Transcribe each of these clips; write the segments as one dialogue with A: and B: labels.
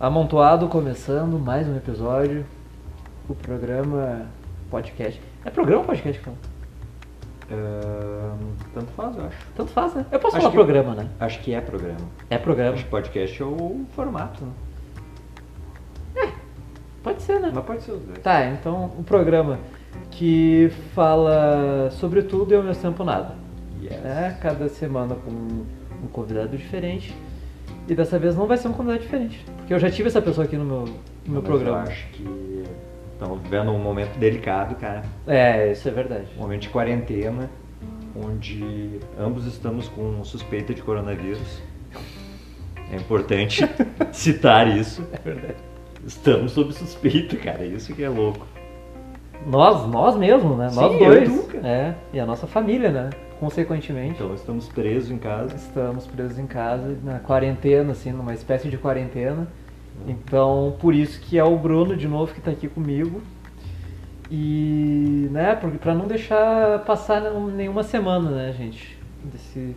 A: Amontoado começando mais um episódio. O programa podcast. É programa ou podcast que fala?
B: Ahn, tanto faz, eu acho.
A: Tanto faz, né? Eu posso falar
B: Acho que-
A: programa, né?
B: Acho que é programa.
A: É programa.
B: Acho que podcast é o formato, né?
A: Pode ser, né?
B: Mas pode ser os dois.
A: Tá, então o programa que fala sobre tudo e ao mesmo tempo nada.
B: Yes.
A: Né? Cada semana com um convidado diferente. E dessa vez não vai ser um convidado diferente. Porque eu já tive essa pessoa aqui no meu, no meu
B: Mas
A: programa.
B: Eu acho que estamos vivendo um momento delicado, cara.
A: É, isso é verdade.
B: Um momento de quarentena, onde ambos estamos com suspeita de coronavírus. É importante citar isso.
A: É verdade.
B: Estamos sob suspeita, cara. Isso que é louco.
A: Nós, nós mesmos, né? Nós
B: Sim,
A: dois.
B: eu e tu, cara.
A: É, e a nossa família, né? Consequentemente.
B: Então estamos presos em casa.
A: Estamos presos em casa, na quarentena, assim, numa espécie de quarentena. Então, por isso que é o Bruno de novo que tá aqui comigo. E, né, porque- pra não deixar passar nenhum- nenhuma semana, né, gente, desse,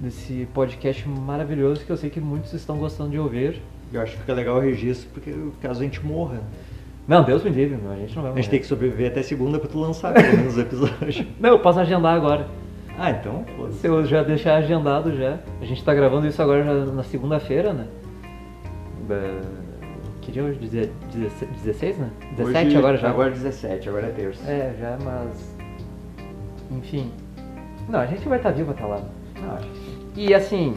A: desse podcast maravilhoso que eu sei que muitos estão gostando de ouvir.
B: Eu acho que fica legal o registro, porque caso a gente morra. né?
A: Não, Deus me livre, meu, a gente não vai
B: A
A: morrer.
B: gente tem que sobreviver até segunda pra tu lançar pelo menos o episódio.
A: Não, eu posso agendar agora.
B: Ah, então, pô.
A: Se eu já deixar agendado já. A gente tá gravando isso agora na, na segunda-feira, né? Queria hoje dizer 16, né? 17
B: Hoje-
A: agora já.
B: Agora é 17, agora é terça.
A: É, já, mas. Enfim. Não, a gente vai estar vivo até lá.
B: Não, Ah, acho que sim.
A: E assim,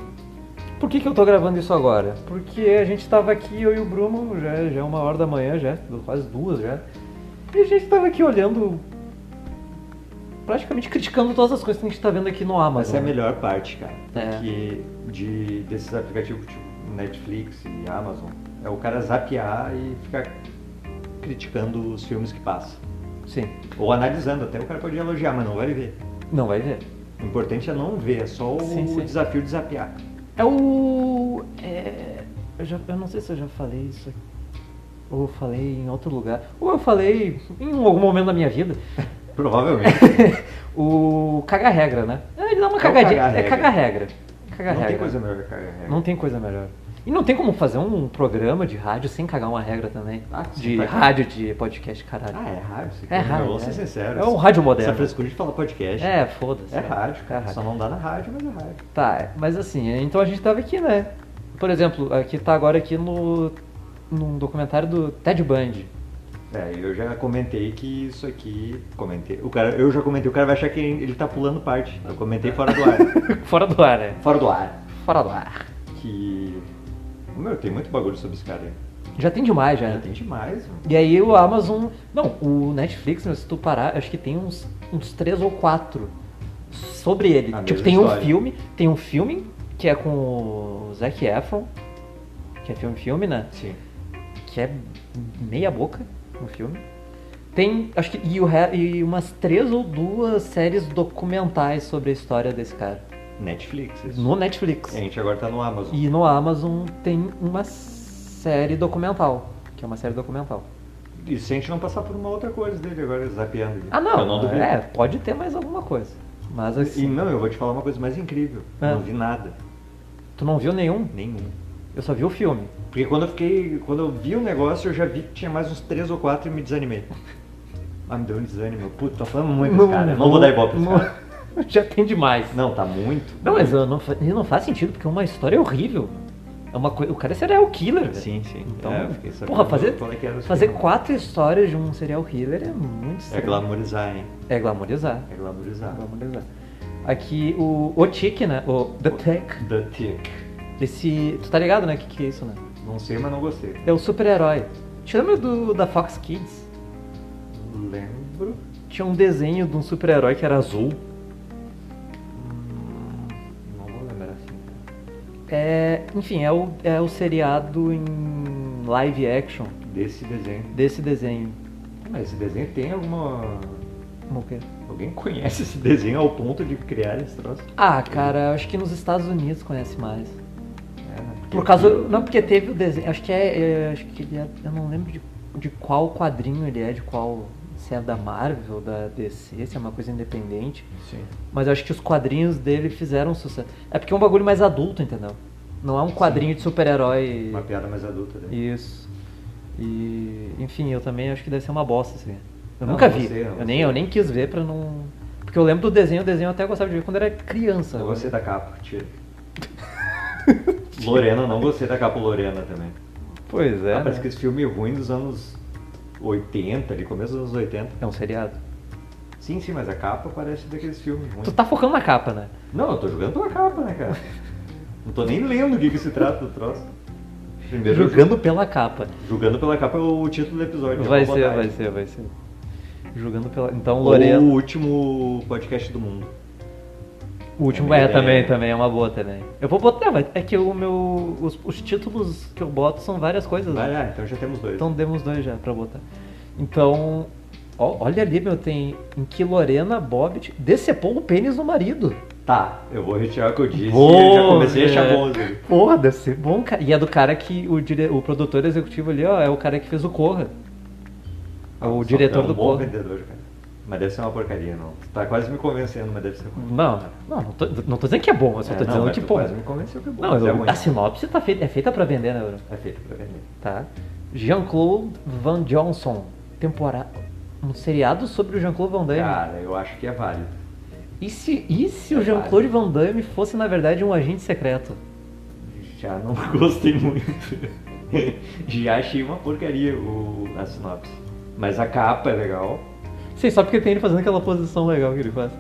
A: por que, que eu tô gravando isso agora? Porque a gente tava aqui, eu e o Bruno, já, já é uma hora da manhã, já, quase duas já. E a gente tava aqui olhando. Praticamente criticando todas as coisas que a gente tá vendo aqui no Amazon.
B: Essa é a
A: né?
B: melhor parte, cara.
A: É.
B: Que de, desses aplicativos tipo Netflix e Amazon, é o cara zapear e ficar criticando os filmes que passam.
A: Sim.
B: Ou analisando, até o cara pode elogiar, mas não vai ver.
A: Não vai ver.
B: O importante é não ver, é só o
A: Sim, sim.
B: desafio de zapear.
A: É o. É, eu, já, eu não sei se eu já falei isso aqui. Ou eu falei em outro lugar. Ou eu falei em algum momento da minha vida.
B: Provavelmente.
A: o caga-regra, né? Ele dá uma
B: É o
A: cagadinha. É
B: caga-regra.
A: caga-regra.
B: não
A: Caga-regra.
B: tem coisa melhor que cagar regra.
A: É Não tem coisa melhor. E não tem como fazer um programa de rádio sem cagar uma regra também.
B: Ah, sim,
A: de
B: tá aqui.
A: rádio, de podcast, caralho.
B: Ah, é rádio isso aqui.
A: É
B: né?
A: rádio,
B: Vamos ser
A: é.
B: sinceros.
A: É um rádio moderno.
B: Essa frescura de falar podcast.
A: É, foda-se.
B: É rádio,
A: É
B: cara.
A: rádio.
B: Só não dá na rádio, mas é rádio.
A: Tá, mas assim, então a gente tava aqui, né? Por exemplo, aqui tá agora aqui no num documentário do Ted Bundy.
B: É, eu já comentei que isso aqui. Comentei. O cara, eu já comentei, o cara vai achar que ele tá pulando parte. Eu comentei fora do ar.
A: Fora do ar, né?
B: fora do ar.
A: Fora do ar.
B: Que. Meu, tem muito bagulho sobre esse cara aí.
A: Já tem demais, já.
B: Já
A: né?
B: tem demais, mano.
A: E aí o Amazon. Não, o Netflix, meu, se tu parar, acho que tem uns, uns três ou quatro sobre ele.
B: A
A: tipo,
B: Ah, mesma
A: tem um
B: história.
A: filme. Tem um filme que é com o Zac Efron. Que é filme filme, né?
B: Sim.
A: que é meia boca no filme. Tem, acho que, e, o re- e umas três ou duas séries documentais sobre a história desse cara.
B: Netflix. Isso.
A: No Netflix.
B: A gente agora tá no Amazon.
A: E no Amazon tem uma série documental. Que é uma série documental.
B: E se a gente não passar por uma outra coisa dele agora, zapeando. ele.
A: Ah, não.
B: Eu não duvido.
A: é, pode ter mais alguma coisa. Mas
B: E
A: assim,
B: não, eu vou te falar uma coisa mais incrível.
A: É.
B: Não vi nada.
A: tu não viu nenhum?
B: Nenhum.
A: Eu só vi o filme.
B: Porque quando eu fiquei. Quando eu vi o negócio, eu já vi que tinha mais uns três ou quatro e me desanimei. Ah, me deu um desânimo. Puta, tá falando muito desse cara. Eu Não vou dar ibope desse
A: não-
B: cara.
A: Já tem demais.
B: Não, tá muito.
A: Não, mas eu não, fa- e não faz sentido, porque é uma história horrível. É uma coi- O cara é serial killer, velho.
B: Sim, sim.
A: Então,
B: É, eu fiquei sabendo
A: porra, fazer,
B: qual é que era o
A: fazer
B: esquema.
A: quatro histórias de um serial killer é muito
B: É
A: estranho.
B: glamorizar, hein?
A: É glamorizar.
B: É
A: É
B: glamorizar.
A: glamorizar. Aqui, o, o Tick, né? O The Tech.
B: The Tick.
A: Esse... Tu tá ligado, né? O que, que é isso, né?
B: Não sei, mas não gostei.
A: É o super-herói. Te lembra do, da Fox Kids?
B: Lembro.
A: Tinha um desenho de um super-herói que era azul.
B: Hum, Não vou lembrar assim. cara.
A: É, enfim, é o, é o seriado em live action
B: Desse desenho.
A: desse desenho.
B: Mas esse desenho tem alguma.
A: Como que é?
B: Alguém conhece esse desenho ao ponto de criar esse troço?
A: Ah, cara, acho que nos Estados Unidos conhece mais.
B: É, né?
A: Por causa. Não, porque teve o desenho. Acho que é. é, acho que ele é- Eu não lembro de, de qual quadrinho ele é, de qual. Se é da Marvel, da DC, se é uma coisa independente.
B: Sim.
A: Mas eu acho que os quadrinhos dele fizeram sucesso. É porque é um bagulho mais adulto, entendeu? Não é um quadrinho de super-herói.
B: Uma piada mais adulta, né?
A: Isso. E, enfim, eu também acho que deve ser uma bosta assim. Eu
B: Não,
A: nunca
B: não
A: vi.
B: sei, não
A: eu, nem,
B: sei.
A: eu nem quis ver pra não. Porque eu lembro do desenho, o desenho eu até gostava de ver quando era criança.
B: Tá, Eu gostei da capa, tira. Lorena, não gostei da capa Lorena também.
A: Pois é.
B: ah, parece
A: né?
B: que esse filme ruim dos anos 80, ali, começo dos anos 80.
A: É um seriado.
B: Sim, sim, mas a capa parece daqueles filmes ruins.
A: Tu tá focando na capa, né?
B: Não, eu tô jogando pela capa, né, cara? Não tô nem lendo o que, que se trata do troço. Primeiro,
A: Jogando pela capa.
B: Julgando pela capa é o título do episódio.
A: Vai
B: eu vou
A: ser,
B: botar
A: vai
B: ele.
A: ser, vai ser. Jogando pela. Então,
B: Ou
A: Lorena.
B: o último podcast do mundo.
A: O último é, também, também, é uma boa também. Eu vou botar, vai- é que o meu. Os, os títulos que eu boto são várias coisas. né?
B: Vai lá, então já temos dois.
A: Então demos dois já pra botar. Então. ó, olha ali, meu, tem em que Lorena Bobbitt decepou o pênis do marido.
B: Tá, eu vou retirar o que eu disse e
A: Boa,
B: já comecei a achar
A: velho.
B: bom. assim. né? Zé.
A: Porra, deve ser bom, cara. E é do cara que. O, dire... o produtor executivo ali, ó, é o cara que fez o Corra. É o
B: Só
A: diretor
B: que é
A: do
B: um bom
A: Corra.
B: vendedor, cara. Mas deve ser uma porcaria, não. Tu Tá quase me convencendo, mas deve ser ruim.
A: Não, não, não tô, não tô dizendo que é bom, eu só
B: É,
A: tô
B: não,
A: dizendo
B: mas
A: que,
B: tu
A: pô.
B: quase me convenceu que é bom.
A: Não,
B: mas é
A: eu,
B: ruim.
A: a sinopse tá feita, é feita pra vender, né, Bruno?
B: É feito pra vender.
A: Tá. Jean-Claude Van Johnson. Temporada. Um seriado sobre o Jean-Claude Van Damme.
B: Cara, É eu acho que é válido.
A: E se, e se o
B: Capaz.
A: Jean-Claude Van Damme fosse, na verdade, um agente secreto?
B: Já não gostei muito. Já achei uma porcaria o, a sinopse. Mas a capa é legal.
A: Sei, só porque tem ele fazendo aquela posição legal que ele faz.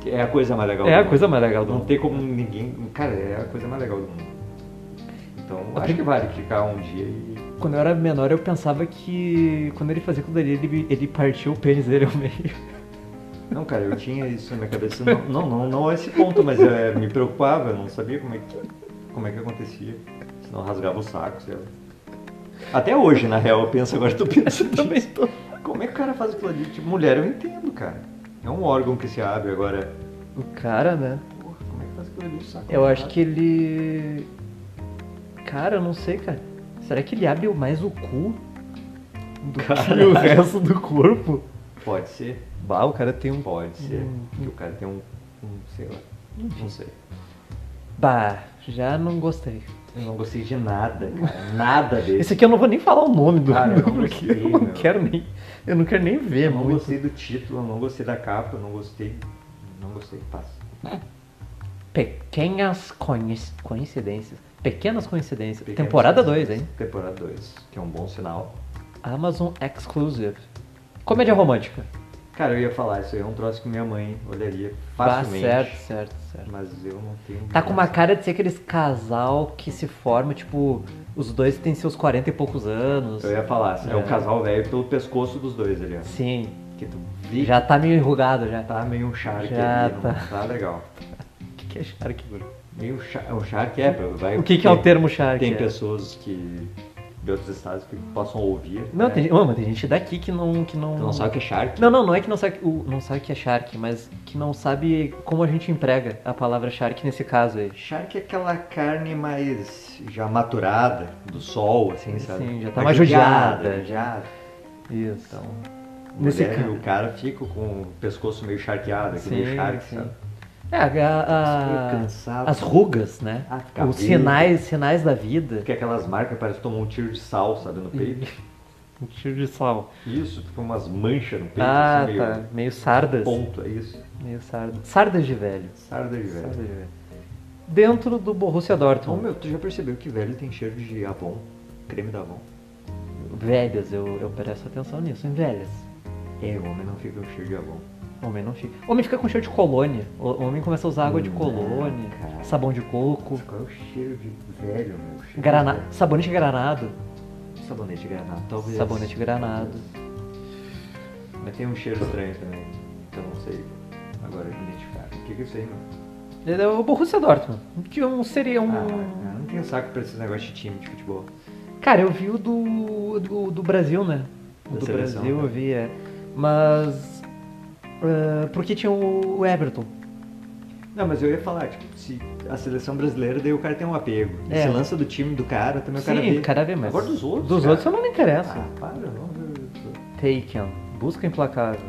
B: que É a coisa mais legal
A: É
B: do
A: a
B: mundo.
A: coisa mais legal do
B: Não
A: mundo.
B: tem como ninguém. Cara, é a coisa mais legal do mundo. Então, acho
A: tenho-
B: que vale ficar um dia e.
A: Quando eu era menor, eu pensava que quando ele fazia aquilo dali, ele, ele partiu o pênis dele ao meio.
B: Não, cara, eu tinha isso na minha cabeça. Não, não, não, não a esse ponto, mas é, me preocupava, eu não sabia como é que, como é que acontecia. Senão rasgava o saco, sei lá. Até hoje, na real, eu penso, agora tu pensa também.
A: tô.
B: Como é que o cara faz aquilo ali? Tipo, mulher eu entendo, cara. É um órgão que se abre agora.
A: O cara, né?
B: Porra, como é que faz aquilo ali? O saco
A: Eu
B: não tá
A: acho
B: abre.
A: que ele. Cara, eu não sei, cara. Será que ele abre mais o cu do que o resto do corpo?
B: Pode ser.
A: Bah, o cara tem um.
B: Pode ser.
A: Hum.
B: Porque o cara tem um, um sei lá. Não sei.
A: Bah, já não gostei.
B: Eu não gostei de nada, cara. Nada
A: Esse
B: desse.
A: aqui eu não vou nem falar o nome do
B: Cara, eu não
A: do- porque
B: gostei,
A: eu não
B: meu.
A: quero nem. Eu não quero nem ver,
B: Eu não
A: muito.
B: gostei do título, eu não gostei da capa, eu não gostei. Não gostei. Passa.
A: Pequenas coinci- coincidências. Pequenas coincidências.
B: Pequenas
A: Temporada
B: coisas.
A: 2, hein?
B: um Temporada 2, que é um bom sinal.
A: Amazon Exclusive. Comédia romântica.
B: Cara, eu ia falar, isso aí é um troço que minha mãe olharia
A: Tá
B: facilmente.
A: certo, certo, certo.
B: Mas eu não tenho.
A: Tá com uma cara de ser aqueles casal que se forma, tipo, os dois têm seus 40 e poucos anos.
B: Eu ia falar, assim, é, um
A: É.
B: casal velho pelo pescoço dos dois ali, ó.
A: Sim.
B: Que tu vi
A: Já tá meio enrugado já.
B: tá meio um shark
A: Já
B: ali,
A: tá.
B: não tá legal.
A: O que, que é Shark, Bruno?
B: Meio shark, um shark é, vai.
A: O que, que é o termo Shark?
B: Tem
A: é?
B: pessoas que de outros estados que possam ouvir.
A: Não,
B: né?
A: tem, oh, mas tem gente daqui que não. Que não...
B: Tu não sabe o que é shark?
A: Não, não, não é que não sabe, o- não sabe que é Shark, mas que não sabe como a gente emprega a palavra Shark nesse caso aí.
B: Shark é aquela carne mais já maturada do sol, assim, sabe?
A: Sim, já tá mais judiada.
B: judiada.
A: Isso. Nesse
B: Nesse mulher,
A: caso.
B: O cara fica com o pescoço meio charqueado, aqui meio
A: Sim,
B: shark,
A: sim.
B: sabe?
A: É, a- a-
B: Fica cansado.
A: as rugas, né?
B: Ah, fica
A: Os
B: verde.
A: sinais, sinais da vida.
B: Fica aquelas marcas, parece que tomou um tiro de sal, sabe, no peito.
A: Um tiro de sal.
B: Isso, fica umas manchas no peito,
A: Ah,
B: assim,
A: tá.
B: meio
A: Meio sardas.
B: ponto, é isso.
A: Meio sardas. Sardas de velho.
B: Sarda de velho.
A: Sardas de velho. Dentro do Borussia
B: Então,
A: Dortmund.
B: meu, tu já percebeu que velho tem cheiro de Avon, creme da Avon.
A: Velhas, eu, eu presto atenção nisso, em velhas.
B: É, o homem não fica com cheiro de Avon.
A: Homem não fica. Homem fica com cheiro de colônia. O homem começa a usar água de
B: Não,
A: colônia,
B: Hum, é, cara.
A: sabão de coco,
B: Qual é o cheiro de velho, meu? Cheiro de
A: grana...
B: velho.
A: sabonete granado.
B: Sabonete granado, talvez.
A: Sabonete granado.
B: Mas tem um cheiro estranho também, que eu não sei agora identificar. O que que é isso aí, mano?
A: Ele é o Borussia Dortmund. Que um seria um.
B: Ah, cara, não tenho saco pra esse negócio de time de futebol.
A: Cara, eu vi o do, do, do Brasil, né? O
B: Da
A: do
B: seleção,
A: Brasil
B: né?
A: eu vi, é. Mas. ah, porque tinha o o Everton.
B: Não, mas eu ia falar, tipo, se a seleção brasileira, daí o cara tem um apego. E
A: É.
B: se lança do time do cara, também o cara
A: Sim,
B: vê.
A: o cara vê, mas.
B: Agora dos outros,
A: Dos
B: cara.
A: outros eu não me interesso.
B: Ah, para, não. eu-
A: Taken. Busca Implacável.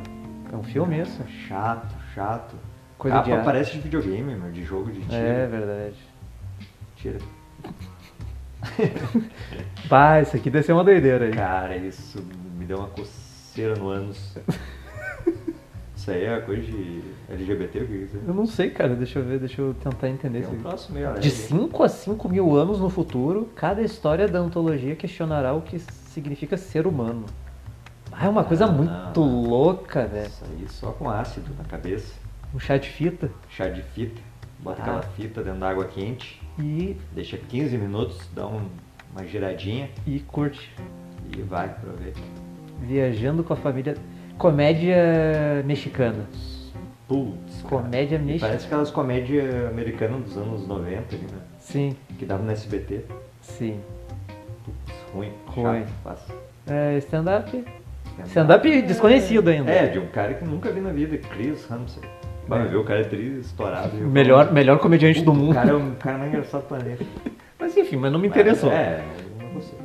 A: É um filme isso?
B: Chato, chato. Ah,
A: Coisa
B: Capa
A: de ar.
B: parece de videogame, meu, de jogo de tiro.
A: É verdade.
B: Tira.
A: Pá, isso aqui deve ser uma doideira aí.
B: Cara, isso me deu uma coceira no ânus. Isso aí é coisa de LGBT, o que é isso? aí?
A: Eu não sei, cara. Deixa eu ver, deixa eu tentar entender
B: Tem
A: isso
B: um
A: aqui.
B: troço meio
A: De
B: alegre.
A: 5 a 5 mil anos no futuro, cada história da antologia questionará o que significa ser humano. Ah, é uma coisa
B: Ah.
A: muito louca, velho.
B: É, Isso aí só com ácido na cabeça.
A: Um chá de fita
B: Chá de fita. Bota
A: Ah.
B: aquela fita dentro da água quente.
A: e,
B: Deixa 15 minutos, dá um- uma giradinha
A: e curte.
B: e vai pra ver.
A: Viajando com a família. Comédia mexicana.
B: Putz. cara.
A: Comédia
B: E Parece
A: mexicana.
B: aquelas comédias americanas dos anos 90 ali, né?
A: Sim,
B: Que dava no SBT.
A: sim.
B: Putz, ruim.
A: Ruim.
B: Chato, fácil.
A: É, stand-up. Stand-up desconhecido ainda.
B: É, de um cara que nunca vi na vida, Chris Ramsey. Vai
A: É.
B: ver, o cara é triz estourado. e eu
A: Melhor,
B: falo,
A: melhor comediante do
B: "Puta,
A: mundo.
B: O cara é um cara mais engraçado do planeta.
A: Mas enfim, mas não me interessou.
B: É, eu não gostei.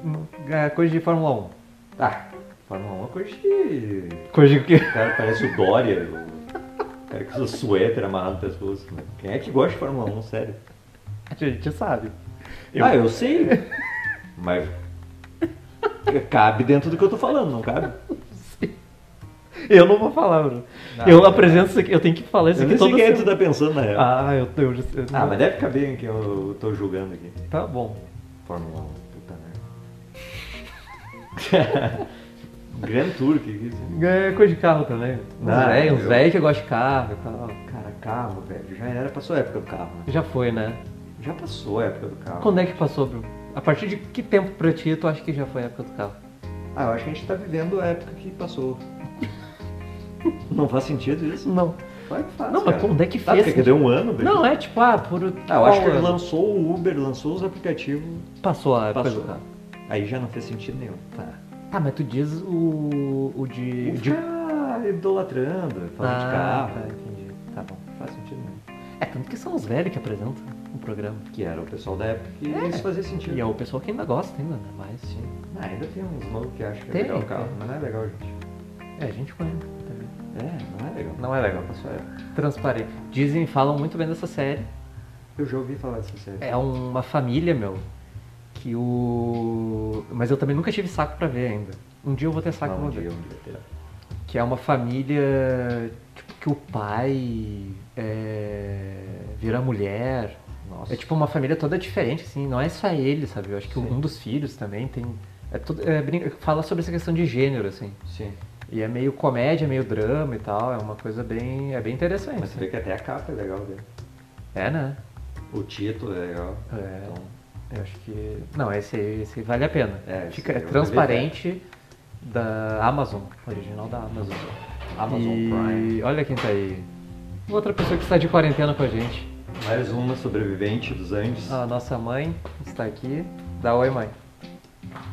A: É, Coisa de Fórmula
B: Ah, Fórmula 1 é coisa de...
A: 1. Coisa de quê?
B: O cara parece o Dória. O cara que usa suéter amarrado no pescoço. né? Quem é que gosta de Fórmula 1, sério?
A: A gente sabe.
B: Ah, eu sei. Mas... Cabe dentro do que eu tô falando, não cabe?
A: Eu não vou falar, Bruno.
B: Não,
A: eu
B: não.
A: apresento isso aqui, eu tenho que falar isso
B: Eu
A: aqui
B: nem sei
A: todo
B: quem é que tu
A: semana.
B: tá pensando na real.
A: Ah, eu, eu, já sei.
B: Ah, mas deve caber em quem eu tô julgando aqui.
A: Tá bom.
B: Fórmula 1, puta merda. Grand Tour, que que é isso?
A: É coisa de carro também. Uns
B: Ah,
A: velhos, uns
B: eu-
A: velhos que gostam de carro e tal.
B: Cara, carro, velho, já era, passou a época do carro, né?
A: Já foi, né?
B: Já passou a época do carro.
A: Quando é que passou, Bruno? A partir de que tempo pra ti tu acha que já foi a época do carro?
B: Ah, eu acho que a gente tá vivendo a época que passou. Não faz sentido isso?
A: Não.
B: Vai que faz,
A: Não, mas
B: cara.
A: quando é que
B: Tá,
A: fez?
B: porque deu um ano, velho.
A: Não, é tipo, ah, por.
B: Ah, eu acho que ele lançou o Uber, lançou os aplicativos,
A: Passou a época
B: passou.
A: do é carro.
B: Aí já não fez sentido nenhum. Tá.
A: Tá, mas tu diz o. o de.
B: E ficar idolatrando, falando de
A: Ah,
B: carro.
A: tá, entendi. Tá bom.
B: Não faz sentido nenhum.
A: É, tanto que são os velhos que apresentam o programa.
B: Que era o pessoal da época que isso fazia sentido.
A: E é o pessoal que ainda gosta ainda, né? Mas sim.
B: Ah, ainda tem uns novos que acham que
A: Tem,
B: é legal o carro,
A: tem.
B: mas não é legal, gente.
A: É, a gente conhece também.
B: É, não é legal. Não é legal, pessoal.
A: Transparente. Dizem, falam muito bem dessa série.
B: Eu já ouvi falar dessa série.
A: É uma família, meu, que o. Mas eu também nunca tive saco pra ver ainda. Um dia eu vou ter saco
B: não,
A: pra
B: um
A: ver.
B: dia, um dia terá.
A: Que é uma família tipo, que o pai é, vira mulher.
B: Nossa.
A: É tipo uma família toda diferente, assim, não é só ele, sabe? Eu acho que
B: Sim.
A: um dos filhos também tem. É tudo, é, brin- fala sobre essa questão de gênero, assim.
B: Sim.
A: E é meio comédia, meio drama e tal. É uma coisa bem. É bem interessante.
B: Mas você vê que até a capa é legal dele.
A: É, né?
B: O título é legal.
A: É.
B: Então,
A: Eu acho que. Não, esse, esse vale a pena.
B: É, esse
A: Fica, é
B: eu vou
A: transparente da Amazon, original da Amazon.
B: Amazon
A: e
B: Prime.
A: olha quem tá aí. Outra pessoa que está de quarentena com a gente.
B: Mais uma sobrevivente dos Andes.
A: A nossa mãe está aqui. Dá oi, mãe.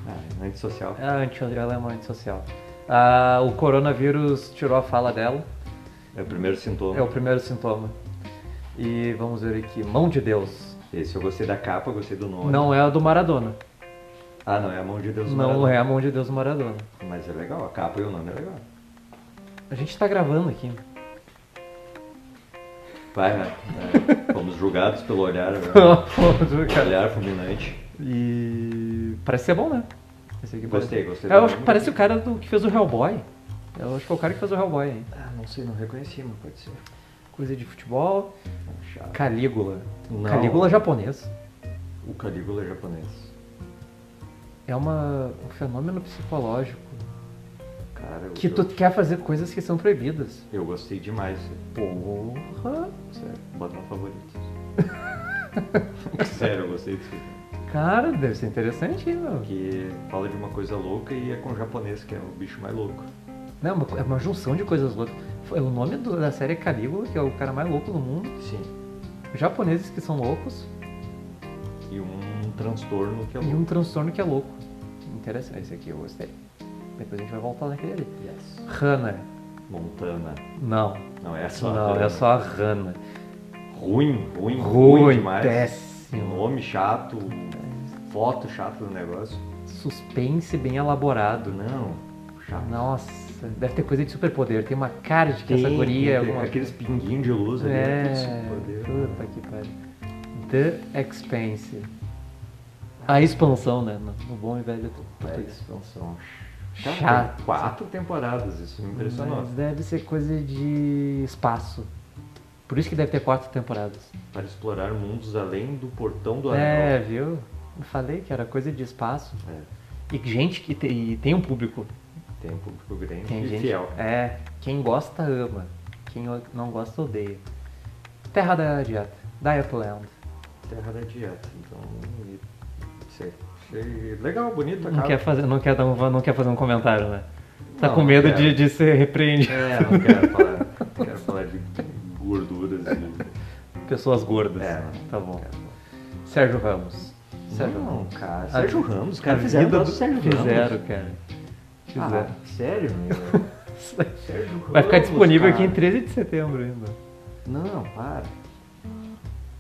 B: Ah, antissocial.
A: É anti, ela é uma antissocial. Ah, o coronavírus tirou a fala dela.
B: É o primeiro sintoma.
A: É o primeiro sintoma. E vamos ver aqui. Mão de Deus.
B: Esse eu gostei da capa, gostei do nome.
A: Não é a do Maradona.
B: Ah, não, é a mão de Deus.
A: Não
B: Maradona.
A: é a mão de Deus do Maradona.
B: Mas é legal, a capa e o nome é legal.
A: A gente tá gravando aqui.
B: Vai, né? É, Fomos julgados pelo olhar. agora.
A: Cara.
B: olhar fulminante.
A: E parece ser bom, né? Esse aqui
B: Gostei,
A: parece-
B: gostei
A: Eu
B: do
A: acho que
B: nome.
A: parece o cara do, que fez o Hellboy. Eu acho que é o cara que fez o Hellboy aí.
B: Ah, não sei, não reconheci, mas pode ser.
A: Coisa de futebol.
B: Chato.
A: Calígula.
B: Não.
A: Calígula é japonês.
B: O Calígula é japonês.
A: É uma, um fenômeno psicológico.
B: Cara, eu,
A: Que tu quer fazer coisas que são proibidas.
B: eu gostei demais.
A: Porra!
B: Sério, bota no favorito. Sério, eu gostei disso.
A: Cara, deve ser interessante, hein, meu?
B: Porque fala de uma coisa louca e é com o japonês, que é o bicho mais louco.
A: Não, é uma- é uma junção de coisas loucas. Foi- O nome do- da série é Calígula, que é o cara mais louco do mundo.
B: Sim.
A: Japoneses que são loucos.
B: E um transtorno que é
A: E
B: louco.
A: um transtorno que é louco. Interessante, esse aqui eu gostei. Depois a gente vai voltar naquele ali.
B: Yes.
A: Hannah.
B: Montana.
A: Não.
B: Não, é só.
A: Não, é só a Hannah.
B: Ruim, ruim, ruim,
A: Ruim,
B: demais.
A: péssimo.
B: Nome chato, foto chata do negócio.
A: Suspense bem elaborado.
B: Não, chato.
A: Nossa, deve ter coisa de superpoder. Tem uma cara de que essa guria é
B: tem
A: alguma
B: aqueles pinguinhos de luz ali. né?
A: É,
B: putz, meu Deus.
A: puta que pariu. The Expense. A expansão, né? No no bom e velho
B: É,
A: português.
B: expansão.
A: Chato.
B: Cara, tem Quatro temporadas, isso me impressionou.
A: Mas deve ser coisa de espaço. Por isso que deve ter quatro temporadas.
B: Para explorar mundos além do portão do
A: É,
B: anel.
A: viu? Eu falei que era coisa de espaço.
B: É,
A: E gente que tem, e tem um público.
B: tem um público grande
A: Tem
B: e
A: gente.
B: fiel.
A: É. Quem gosta, ama. Quem o- não gosta, odeia. Terra da Dieta. Diet Land.
B: Terra da dieta, então. e- sei. Achei legal, bonito,
A: Não
B: acaba.
A: quer, fazer, não, quer dar um, não quer fazer um comentário, né? Tá
B: Não, é.
A: com
B: não
A: medo
B: quero.
A: de, de ser repreendido.
B: É, não quero falar. não quero falar de gorduras e.
A: Pessoas gordas.
B: É,
A: tá bom.
B: quero falar.
A: Sérgio Ramos.
B: Sérgio É. não, cara.
A: A-
B: Sérgio Ramos, cara.
A: a
B: Fizeram
A: vida
B: do
A: do-
B: Sérgio
A: Fizeram,
B: Ramos.
A: cara. Fizeram.
B: Ah, sério, meu? Sérgio Ramos.
A: Vai ficar disponível aqui
B: cara.
A: em 13 de setembro ainda.
B: Não, para.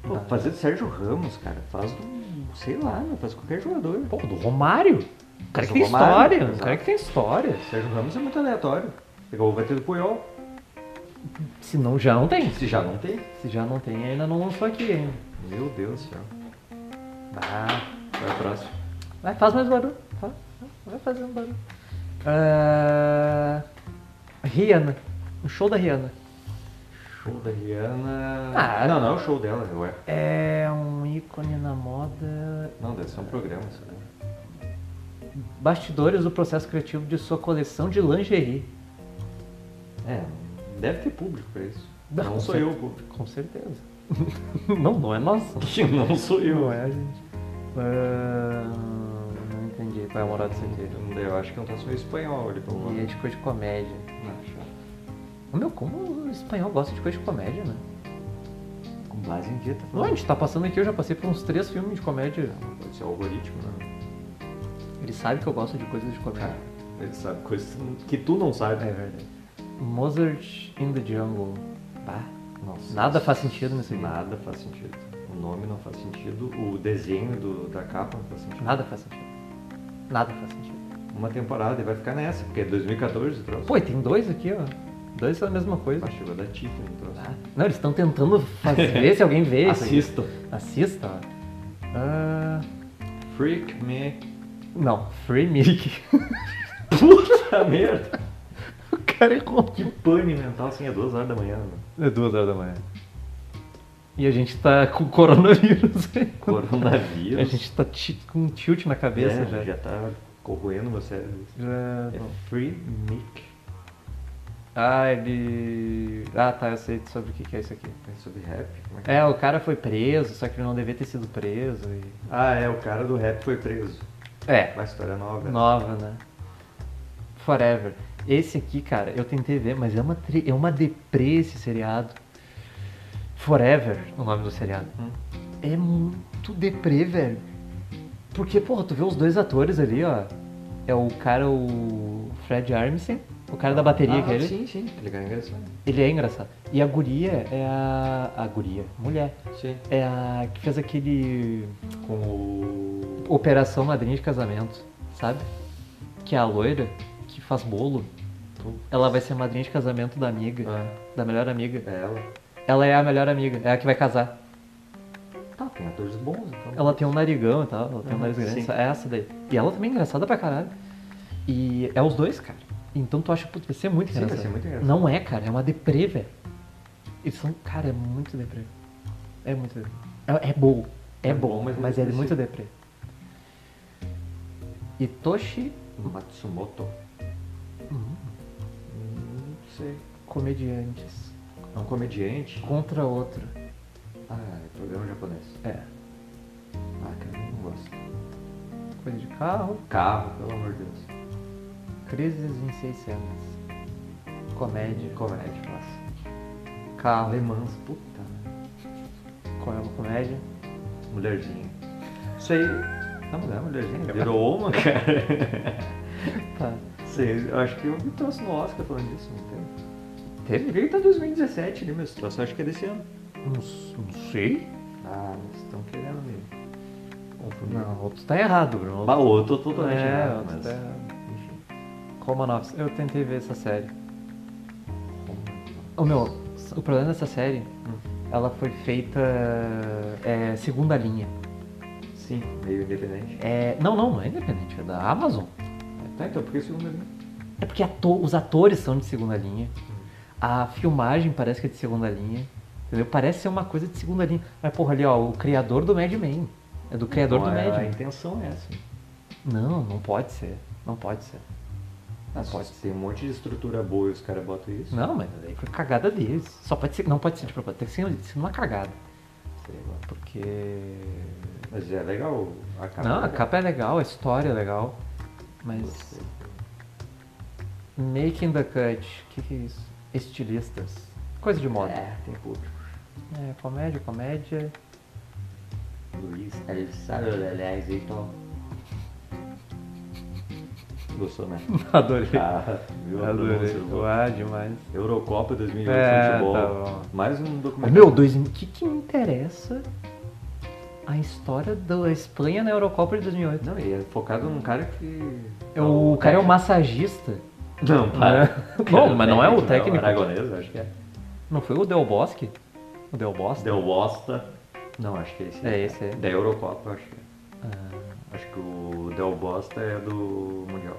B: Pô, fazer do Sérgio Ramos, cara, faz do. sei lá, meu, faz qualquer jogador.
A: Pô, do Romário? O cara
B: Mas
A: que
B: o
A: tem
B: Romário,
A: história. O
B: exato.
A: cara que tem história.
B: Sérgio Ramos é muito aleatório. Igual vai ter do Puyol.
A: Se não, já não tem.
B: Se já não tem.
A: Se já não tem, ainda não lançou aqui ainda.
B: Meu Deus do céu. Ah, vai próximo.
A: Vai, faz mais barulho. Faz- Vai fazendo barulho. Ah, Rihanna. O show da Rihanna.
B: Show da Rihanna.
A: Ah.
B: não, não é o show dela, ué.
A: É um ícone na moda.
B: Não, deve ser um programa, isso aí.
A: Bastidores do processo criativo de sua coleção de lingerie.
B: É, deve ter público pra isso.
A: Não,
B: Não,
A: com
B: sou eu,
A: certeza.
B: o público.
A: Com certeza. não, não é nosso.
B: Não sou eu.
A: Não é a gente. Ah, não entendi qual é a moral disso aqui.
B: Eu acho que é um traço meio espanhol ali, pelo
A: E é
B: nome.
A: de coisa de comédia.
B: Não, acho.
A: Ô, Meu, como o espanhol gosta de coisa de comédia, né?
B: Com base em que tá
A: Não, a
B: falando?
A: gente tá passando aqui, eu já passei por uns três filmes de comédia.
B: Pode ser algoritmo, né?
A: Ele sabe que eu gosto de coisas de
B: Cara,
A: comédia.
B: ele sabe coisas que tu não sabe.
A: É verdade. Mozart in the Jungle. Bah,
B: Nossa.
A: nada faz sentido nesse vídeo.
B: Nada faz sentido. O nome não faz sentido, o desenho do- da capa não faz sentido.
A: Nada faz sentido. Nada faz sentido.
B: Uma temporada e vai ficar nessa, porque é 2014 o troço.
A: Pô, e tem dois aqui, ó. Dois são a mesma coisa.
B: A chuva da Tiffany, o troço.
A: Não, eles estão tentando fazer, ver se alguém vê isso. aí.
B: Assistam.
A: Assista, ó. Ah,
B: Freak me.
A: não, Free Milk.
B: Puta merda!
A: o cara errou.
B: Que pane mental assim, é duas horas da manhã, mano.
A: É duas horas da manhã. E a gente tá com coronavírus. A
B: Coronavírus.
A: gente tá ti- com um tilt na cabeça
B: É,
A: já.
B: já tá corroendo meu cérebro.
A: É,
B: É
A: não.
B: Free Mick.
A: Ah, ele. Ah, tá, eu sei sobre o que que é isso aqui.
B: É sobre rap? Como é que-
A: É, o cara foi preso, só que ele não devia ter sido preso. E...
B: Ah, é, o cara do rap foi preso.
A: É,
B: Uma história nova.
A: nova, né? Forever. Esse aqui, cara, eu tentei ver, mas é uma, tri... é uma deprê esse seriado. Forever, o nome do seriado.
B: Hum.
A: É muito deprê, velho. Porque, porra, tu vê os dois atores ali, ó. É o cara, o Fred Armisen, o cara da bateria
B: Ah,
A: aquele.
B: Sim, sim. Ele ganha engraçado.
A: Ele é engraçado. E a guria é a. A guria, mulher.
B: Sim.
A: É a que fez aquele.
B: Com o.
A: Operação Madrinha de Casamento, sabe? Que é a loira que faz bolo. Ela vai ser a madrinha de casamento da amiga,
B: Ah,
A: da melhor amiga.
B: é ela.
A: Ela é a melhor amiga, é a que vai casar.
B: Tá, tem atores bons então.
A: Ela tem um narigão e tal, ela tem um
B: Uhum,
A: nariz grande,
B: sim.
A: essa- é essa daí. E ela também é engraçada pra caralho. E é os dois, cara. Então tu acha, putz, vai ser muito
B: Sim, vai
A: engraçado.
B: ser muito engraçado.
A: Não é, cara, é uma deprê, velho. Eles são, cara, é muito deprê. É muito deprê. É, é bom, é,
B: É
A: bom,
B: bom, mas é
A: mas é
B: depressivo.
A: muito deprê. Itoshi,
B: É Matsumoto. Uhum. Hum, Não sei.
A: comediantes.
B: É um comediante.
A: Contra outro.
B: Ah, é programa japonês.
A: É,
B: Ah, cara, eu não gosto.
A: coisa de carro,
B: Carro, pelo amor de Deus.
A: crises em seis cenas. Comédia,
B: É Comédia, nossa.
A: carro,
B: Alemãs, puta. merda.
A: qual é uma comédia?
B: Mulherzinha. Isso aí. Não, não é mulherzinha. Virou uma, cara.
A: Tá.
B: Sei, eu acho que eu me trouxe no Oscar falando disso, não tem?
A: Teve?
B: Ele tá 2017 ali, mas trouxe, acho que é desse ano.
A: Não, s- não sei.
B: Ah, mas estão querendo me confundir.
A: Não, o outro tá errado, Bruno.
B: Bah, o outro eu tô totalmente
A: é,
B: errado,
A: outro
B: mas.
A: tá errado. Romanovs. Eu tentei ver essa série. O meu, o problema
B: Hum.
A: dessa série, ela foi feita é, segunda linha. Sim.
B: Meio independente.
A: É, não, não, não é independente, é da Amazon.
B: Tá, então, por que segunda linha?
A: É porque ato- os atores são de segunda linha. A filmagem parece que é de segunda linha. Entendeu? Parece ser uma coisa de segunda linha. Mas, porra, ali, ó, o criador do Mad Men. É do criador
B: Então,
A: do
B: a-
A: Mad
B: A
A: Men.
B: intenção é essa.
A: Não, não pode ser. Não pode ser.
B: Ah, pode ter um monte de estrutura boa e os caras botam isso.
A: Não, mas daí foi cagada deles. Só pode ser, não pode ser de propósito. Tem que ser, tem que ser uma cagada.
B: Sei lá.
A: Porque.
B: Mas é legal a capa.
A: não, a capa é legal, a história é legal. Mas.
B: Gostei.
A: Making the cut. O que, que é isso? Estilistas. Coisa de moda.
B: É, tem público.
A: É, comédia, comédia.
B: Luiz Alessandro aliás, então. Gostou, né?
A: Adorei.
B: Ah, viu? a pronúncia do voto.
A: Ah, demais.
B: Eurocopa 2008
A: É,
B: futebol.
A: tá bom.
B: Mais um
A: Mas,
B: documentário.
A: meu, dois, o que, que me interessa a história da Espanha na Eurocopa de 2008?
B: Não, e é focado num cara que.
A: É o, cara é o massagista.
B: Não, para.
A: Não,
B: O cara
A: mas não é o técnico.
B: É o aragonês, acho que é.
A: Não foi o Del Bosque? O Del Bosque?
B: Del Bosta. Não, acho que é esse.
A: É esse, é.
B: Da Eurocopa, acho que é.
A: Ah,
B: Acho que o Del Bosta é do Mundial.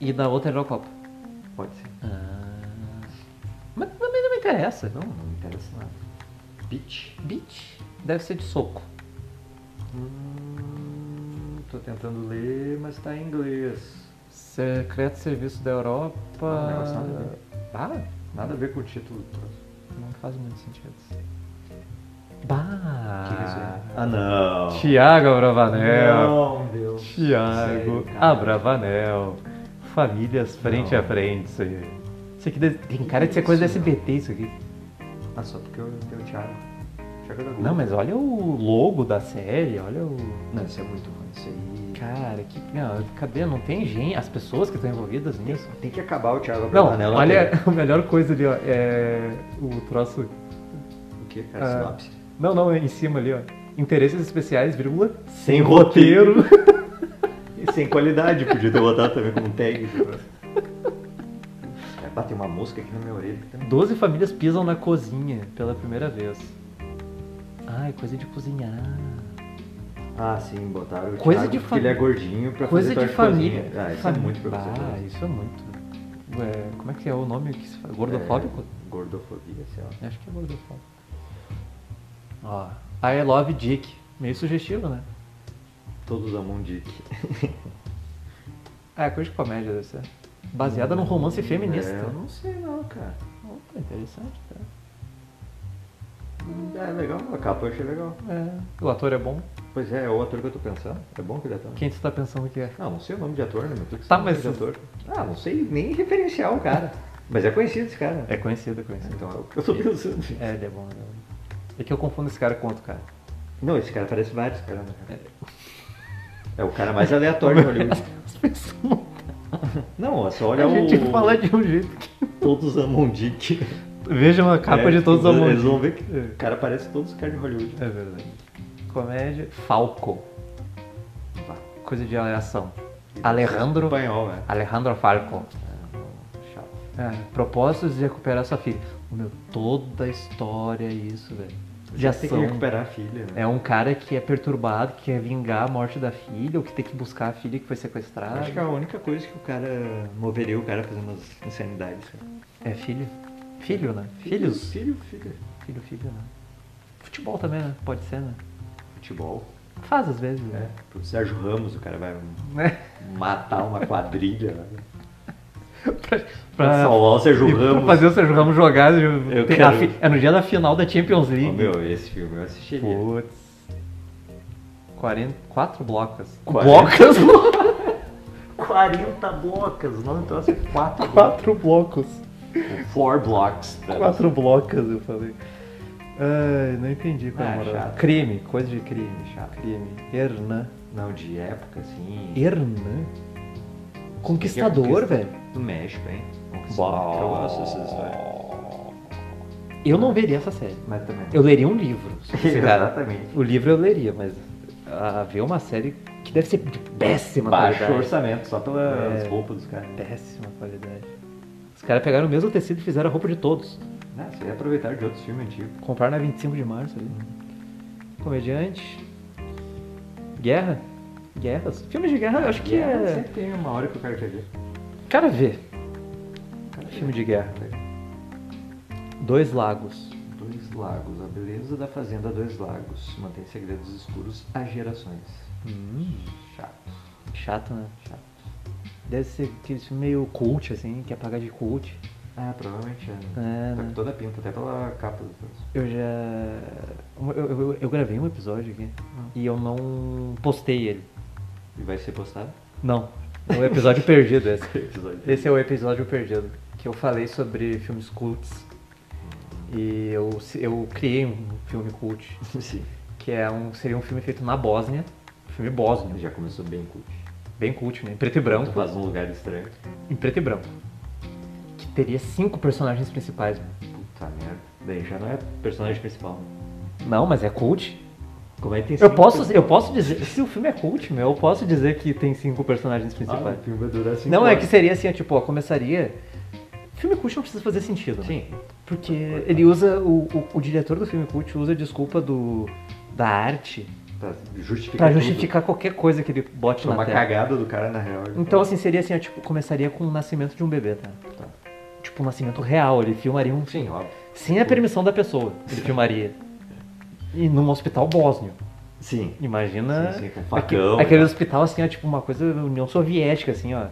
A: e da outra Eurocopa.
B: Pode ser.
A: Ah, mas também não me interessa.
B: Não, não me interessa nada. Pitch.
A: Beach deve ser de soco.
B: Hum, tô tentando ler, mas tá em inglês.
A: Secreto Serviço da Europa.
B: Ah, negócio nada a ver.
A: Ah,
B: Nada a ver com o título. do troço.
A: não faz muito sentido. Bah!
B: Que que é isso aí? Ah, não.
A: Tiago Abravanel.
B: Não, Deus.
A: Tiago
B: Sério, cara.
A: Abravanel. Famílias frente
B: Não.
A: a frente, isso aí. Isso aqui deve- tem cara de ser coisa do
B: Isso,
A: SBT, isso aqui.
B: Ah, só porque eu tenho o Thiago. Thiago é da Globo.
A: Não, mas olha o logo da série, olha o.
B: Não, isso é muito ruim. Isso aí.
A: Cara, que. Não, cadê? Não tem gente, as pessoas que estão envolvidas nisso.
B: Tem que acabar o Thiago né?
A: Não,
B: Abravanel
A: olha
B: até-
A: a melhor coisa ali, ó. É o troço.
B: O que, cara?
A: Ah.
B: Sinopse.
A: Não, não, é em cima ali, ó. Interesses especiais, vírgula.
B: Sem Um roteiro. E sem qualidade. Podia ter botado também como tag. É, pá, tem uma música aqui na minha orelha que tá me
A: 12 famílias pisam na cozinha pela primeira vez. Ai, coisa de cozinhar.
B: Ah, sim, botaram o
A: Coisa
B: Thiago
A: de
B: porque ele é
A: família.
B: gordinho pra
A: Coisa
B: fazer
A: de
B: torta cozinha.
A: família.
B: Ah, isso
A: Fam-
B: é muito preconceituoso.
A: Ah, isso é muito. Ué, como é que é o nome que se fala? Gordofóbico?
B: É, gordofobia, sei lá.
A: Acho que é gordofóbico. Ó, I love Dick. Meio sugestivo, né?
B: Todos amam Dick.
A: Ah, é coisa de comédia, deve ser. Baseada num romance feminista.
B: É, eu não sei não, cara.
A: Opa, interessante, cara.
B: É legal, a capa eu achei legal.
A: É, o ator é bom.
B: Pois é, é o ator que eu tô pensando. É bom que ele é ator.
A: Quem você tá pensando que é?
B: Não, não sei o nome de ator, né? meu? Tu que
A: Tá,
B: sabe o nome
A: mas-
B: de ator. Ah, não sei nem referenciar o cara. Mas é conhecido esse cara.
A: É conhecido, é conhecido.
B: Então é o que eu tô pensando.
A: É, ele é bom, ele é bom. É que eu confundo esse cara com outro cara.
B: Não, esse cara parece vários caras, né? cara? É o cara mais aleatório de Hollywood.
A: As pessoas.
B: Não, é só olha
A: a gente
B: o...
A: fala de um jeito que.
B: Todos amam Dick.
A: Vejam a capa
B: É,
A: de todos os
B: Eles
A: amores.
B: vão ver que
A: É.
B: o cara parece todos os caras de Hollywood.
A: É verdade. Comédia. Falco. Coisa de ação. Alejandro.
B: Espanhol, né?
A: Alejandro Falco.
B: Chato.
A: É, propósitos de recuperar sua filha. Meu, toda a história é isso, velho. De
B: Tem que
A: ação.
B: recuperar a filha, né?
A: É um cara que é perturbado, que quer vingar a morte da filha, ou que tem que buscar a filha que foi sequestrada.
B: Acho que é a única coisa que o cara moveria o cara fazendo as insanidades. cara.
A: É filho? Filho, né? Filhos?
B: Filho, filho.
A: Filho, filho, né? Futebol também, né? Pode ser, né?
B: Futebol.
A: Faz às vezes,
B: É.
A: né?
B: Pro Sérgio Ramos, o cara vai um-
A: Né?
B: matar uma quadrilha. né?
A: pra,
B: Pra
A: pra-
B: salvar o Sérgio
A: e pra
B: Ramos.
A: fazer o Sérgio Ramos jogar. Eu,
B: Eu
A: tem-
B: quero.
A: a fi- é no dia da final da Champions
B: Ó,
A: League.
B: meu, esse filme eu assistiria.
A: Putz. 40, quatro blocas.
B: Quarenta?
A: Blocas?
B: 40 blocas, não, então assim, 4
A: quatro blocos.
B: 4 blocks. né?
A: Quatro blocas, eu falei. Ai, não entendi qual é a
B: Ah,
A: moral.
B: chato.
A: Crime, coisa de crime, chato. Crime. Hernan.
B: Não, de época, assim.
A: Hernan? Conquistador,
B: Conquista-
A: velho.
B: Do México, hein? Conquistador,
A: Bah.
B: Eu gosto dessas histórias.
A: Eu não veria essa série.
B: Mas também.
A: Eu leria um livro. sobre esse cara.
B: Exatamente.
A: O livro eu leria, mas ah, ver uma série que deve ser de péssima
B: Baixo
A: qualidade.
B: orçamento, só pelas
A: É.
B: roupas dos caras.
A: Péssima qualidade. Os caras pegaram o mesmo tecido e fizeram a roupa de todos.
B: Ah, você ia aproveitar de outros filmes antigos.
A: Compraram na 25 de março ali. Comediante. Guerra? Guerras? Filmes de guerra, eu acho que
B: Yeah,
A: é.
B: Sempre tem uma hora que o cara quer ver.
A: Cara vê. Filme de guerra. Dois Lagos.
B: Dois Lagos, a beleza da fazenda Dois Lagos. Mantém segredos escuros há gerações.
A: Hum,
B: Chato,
A: chato, né?
B: chato.
A: Deve ser aquele filme meio cult, assim, que é pagar de cult.
B: Ah, provavelmente é.
A: É,
B: né? tá
A: né?
B: com toda a pinta, até pela capa do troço.
A: Eu já. Eu, eu- eu gravei um episódio aqui e eu não postei ele.
B: E vai ser postado?
A: Não. É o episódio perdido esse.
B: Episódio.
A: Esse é o episódio perdido, que eu falei sobre filmes cults. E eu, eu criei um filme cult,
B: Sim.
A: que é um, seria um filme feito na Bósnia. Um filme bósnio,
B: Já começou bem cult.
A: bem cult, né? Em preto e branco.
B: Tu faz um lugar estranho.
A: Em preto e branco. Que teria cinco personagens principais, mano.
B: Puta merda. Daí já não é personagem principal. né?
A: Não, mas é cult.
B: Como é que tem
A: Eu
B: cinco
A: posso,
B: pessoas?
A: eu posso dizer. Se o filme é cult, meu, eu posso dizer que tem cinco personagens
B: Ah,
A: principais.
B: o filme vai durar cinco
A: Não, é que
B: horas.
A: seria assim, ó, tipo, ó, começaria. Filme cult não precisa fazer sentido. né?
B: Sim.
A: Porque ele usa. O, o, o diretor do filme cult usa a desculpa do, da arte
B: Pra justificar
A: pra
B: Tá, tudo.
A: justificar qualquer coisa que ele bote
B: Foi
A: na
B: uma
A: tela.
B: cagada do cara na real. ele
A: Então,
B: falou.
A: assim, seria assim, ó, tipo, começaria com o nascimento de um bebê, tá?
B: Tá.
A: Tipo, o nascimento real, ele filmaria um.
B: Sim, óbvio.
A: Sem a permissão da pessoa, ele filmaria. E num hospital bósnio.
B: Sim.
A: Imagina.
B: Sim, sim, com
A: aque-
B: facão,
A: aquele
B: né?
A: hospital, assim, ó, tipo, uma coisa União Soviética, assim, ó.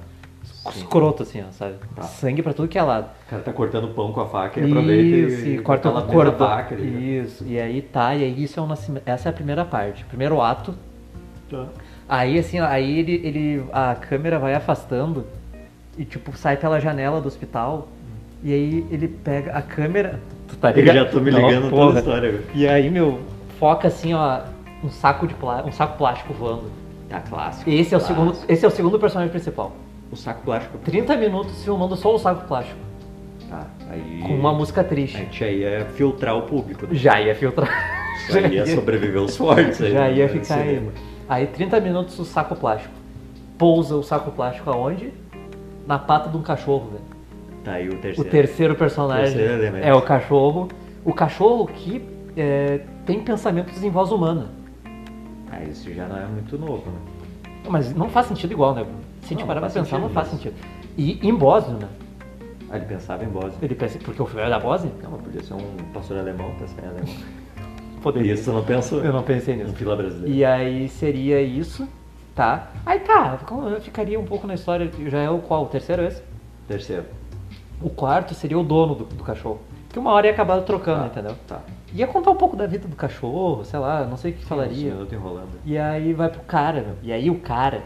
A: Escroto, assim, ó, sabe?
B: Tá.
A: Sangue pra tudo que é lado.
B: O cara tá cortando pão com a faca e aproveita
A: Isso,
B: e,
A: e corta
B: tá
A: o
B: lá dentro da
A: corpo.
B: faca. ele-
A: Isso, e aí tá, e aí isso é o nascimento. Essa é a primeira parte, primeiro ato.
B: Tá.
A: Aí assim, ó, aí ele, ele. A câmera vai afastando e tipo, sai pela janela do hospital. E aí ele pega a câmera. Tu tá
B: Eu já tô me
A: Não,
B: ligando
A: porra.
B: toda a história. velho.
A: E aí, meu, foca assim, ó, um saco de plá- um saco plástico voando.
B: Tá clássico.
A: Esse é o
B: clássico.
A: segundo, esse é o segundo personagem principal.
B: O saco plástico.
A: 30 minutos filmando só o saco plástico,
B: Tá. Aí.
A: com uma música
B: A
A: triste.
B: gente aí ia filtrar o público. Né?
A: Já ia filtrar.
B: Já ia sobreviver os fortes aí.
A: Já
B: né?
A: ia
B: No
A: ficar aí.
B: cinema.
A: Aí 30 minutos o saco plástico. Pousa o saco plástico aonde? Na pata de um cachorro, velho.
B: Tá aí o
A: O
B: terceiro.
A: terceiro personagem
B: Terceiro elemento.
A: é o cachorro. O cachorro que é, tem pensamentos em voz humana.
B: Ah, isso já não é muito novo, né?
A: Mas não faz sentido igual, né? Se a gente
B: Não,
A: parar pra
B: faz
A: pensar,
B: sentido
A: não faz
B: mesmo.
A: sentido. E em Bósnia, né?
B: Ah, ele pensava em Bósnia.
A: Ele pensa, porque o filme é da Bósnia?
B: Não, mas podia ser um pastor alemão, pensar em alemão.
A: Poderia.
B: Isso não pensou?
A: Eu não pensei
B: Um
A: nisso.
B: fila brasileiro.
A: E aí seria isso, tá? Aí tá, como eu ficaria um pouco na história, já é o qual? O terceiro é esse?
B: Terceiro.
A: O quarto seria o dono do, do cachorro. Que uma hora ia acabar trocando, entendeu?
B: Tá.
A: Ia contar um pouco da vida do cachorro, sei lá, não sei o que falaria.
B: Eu tô enrolando.
A: E aí vai pro cara, meu. E aí o cara.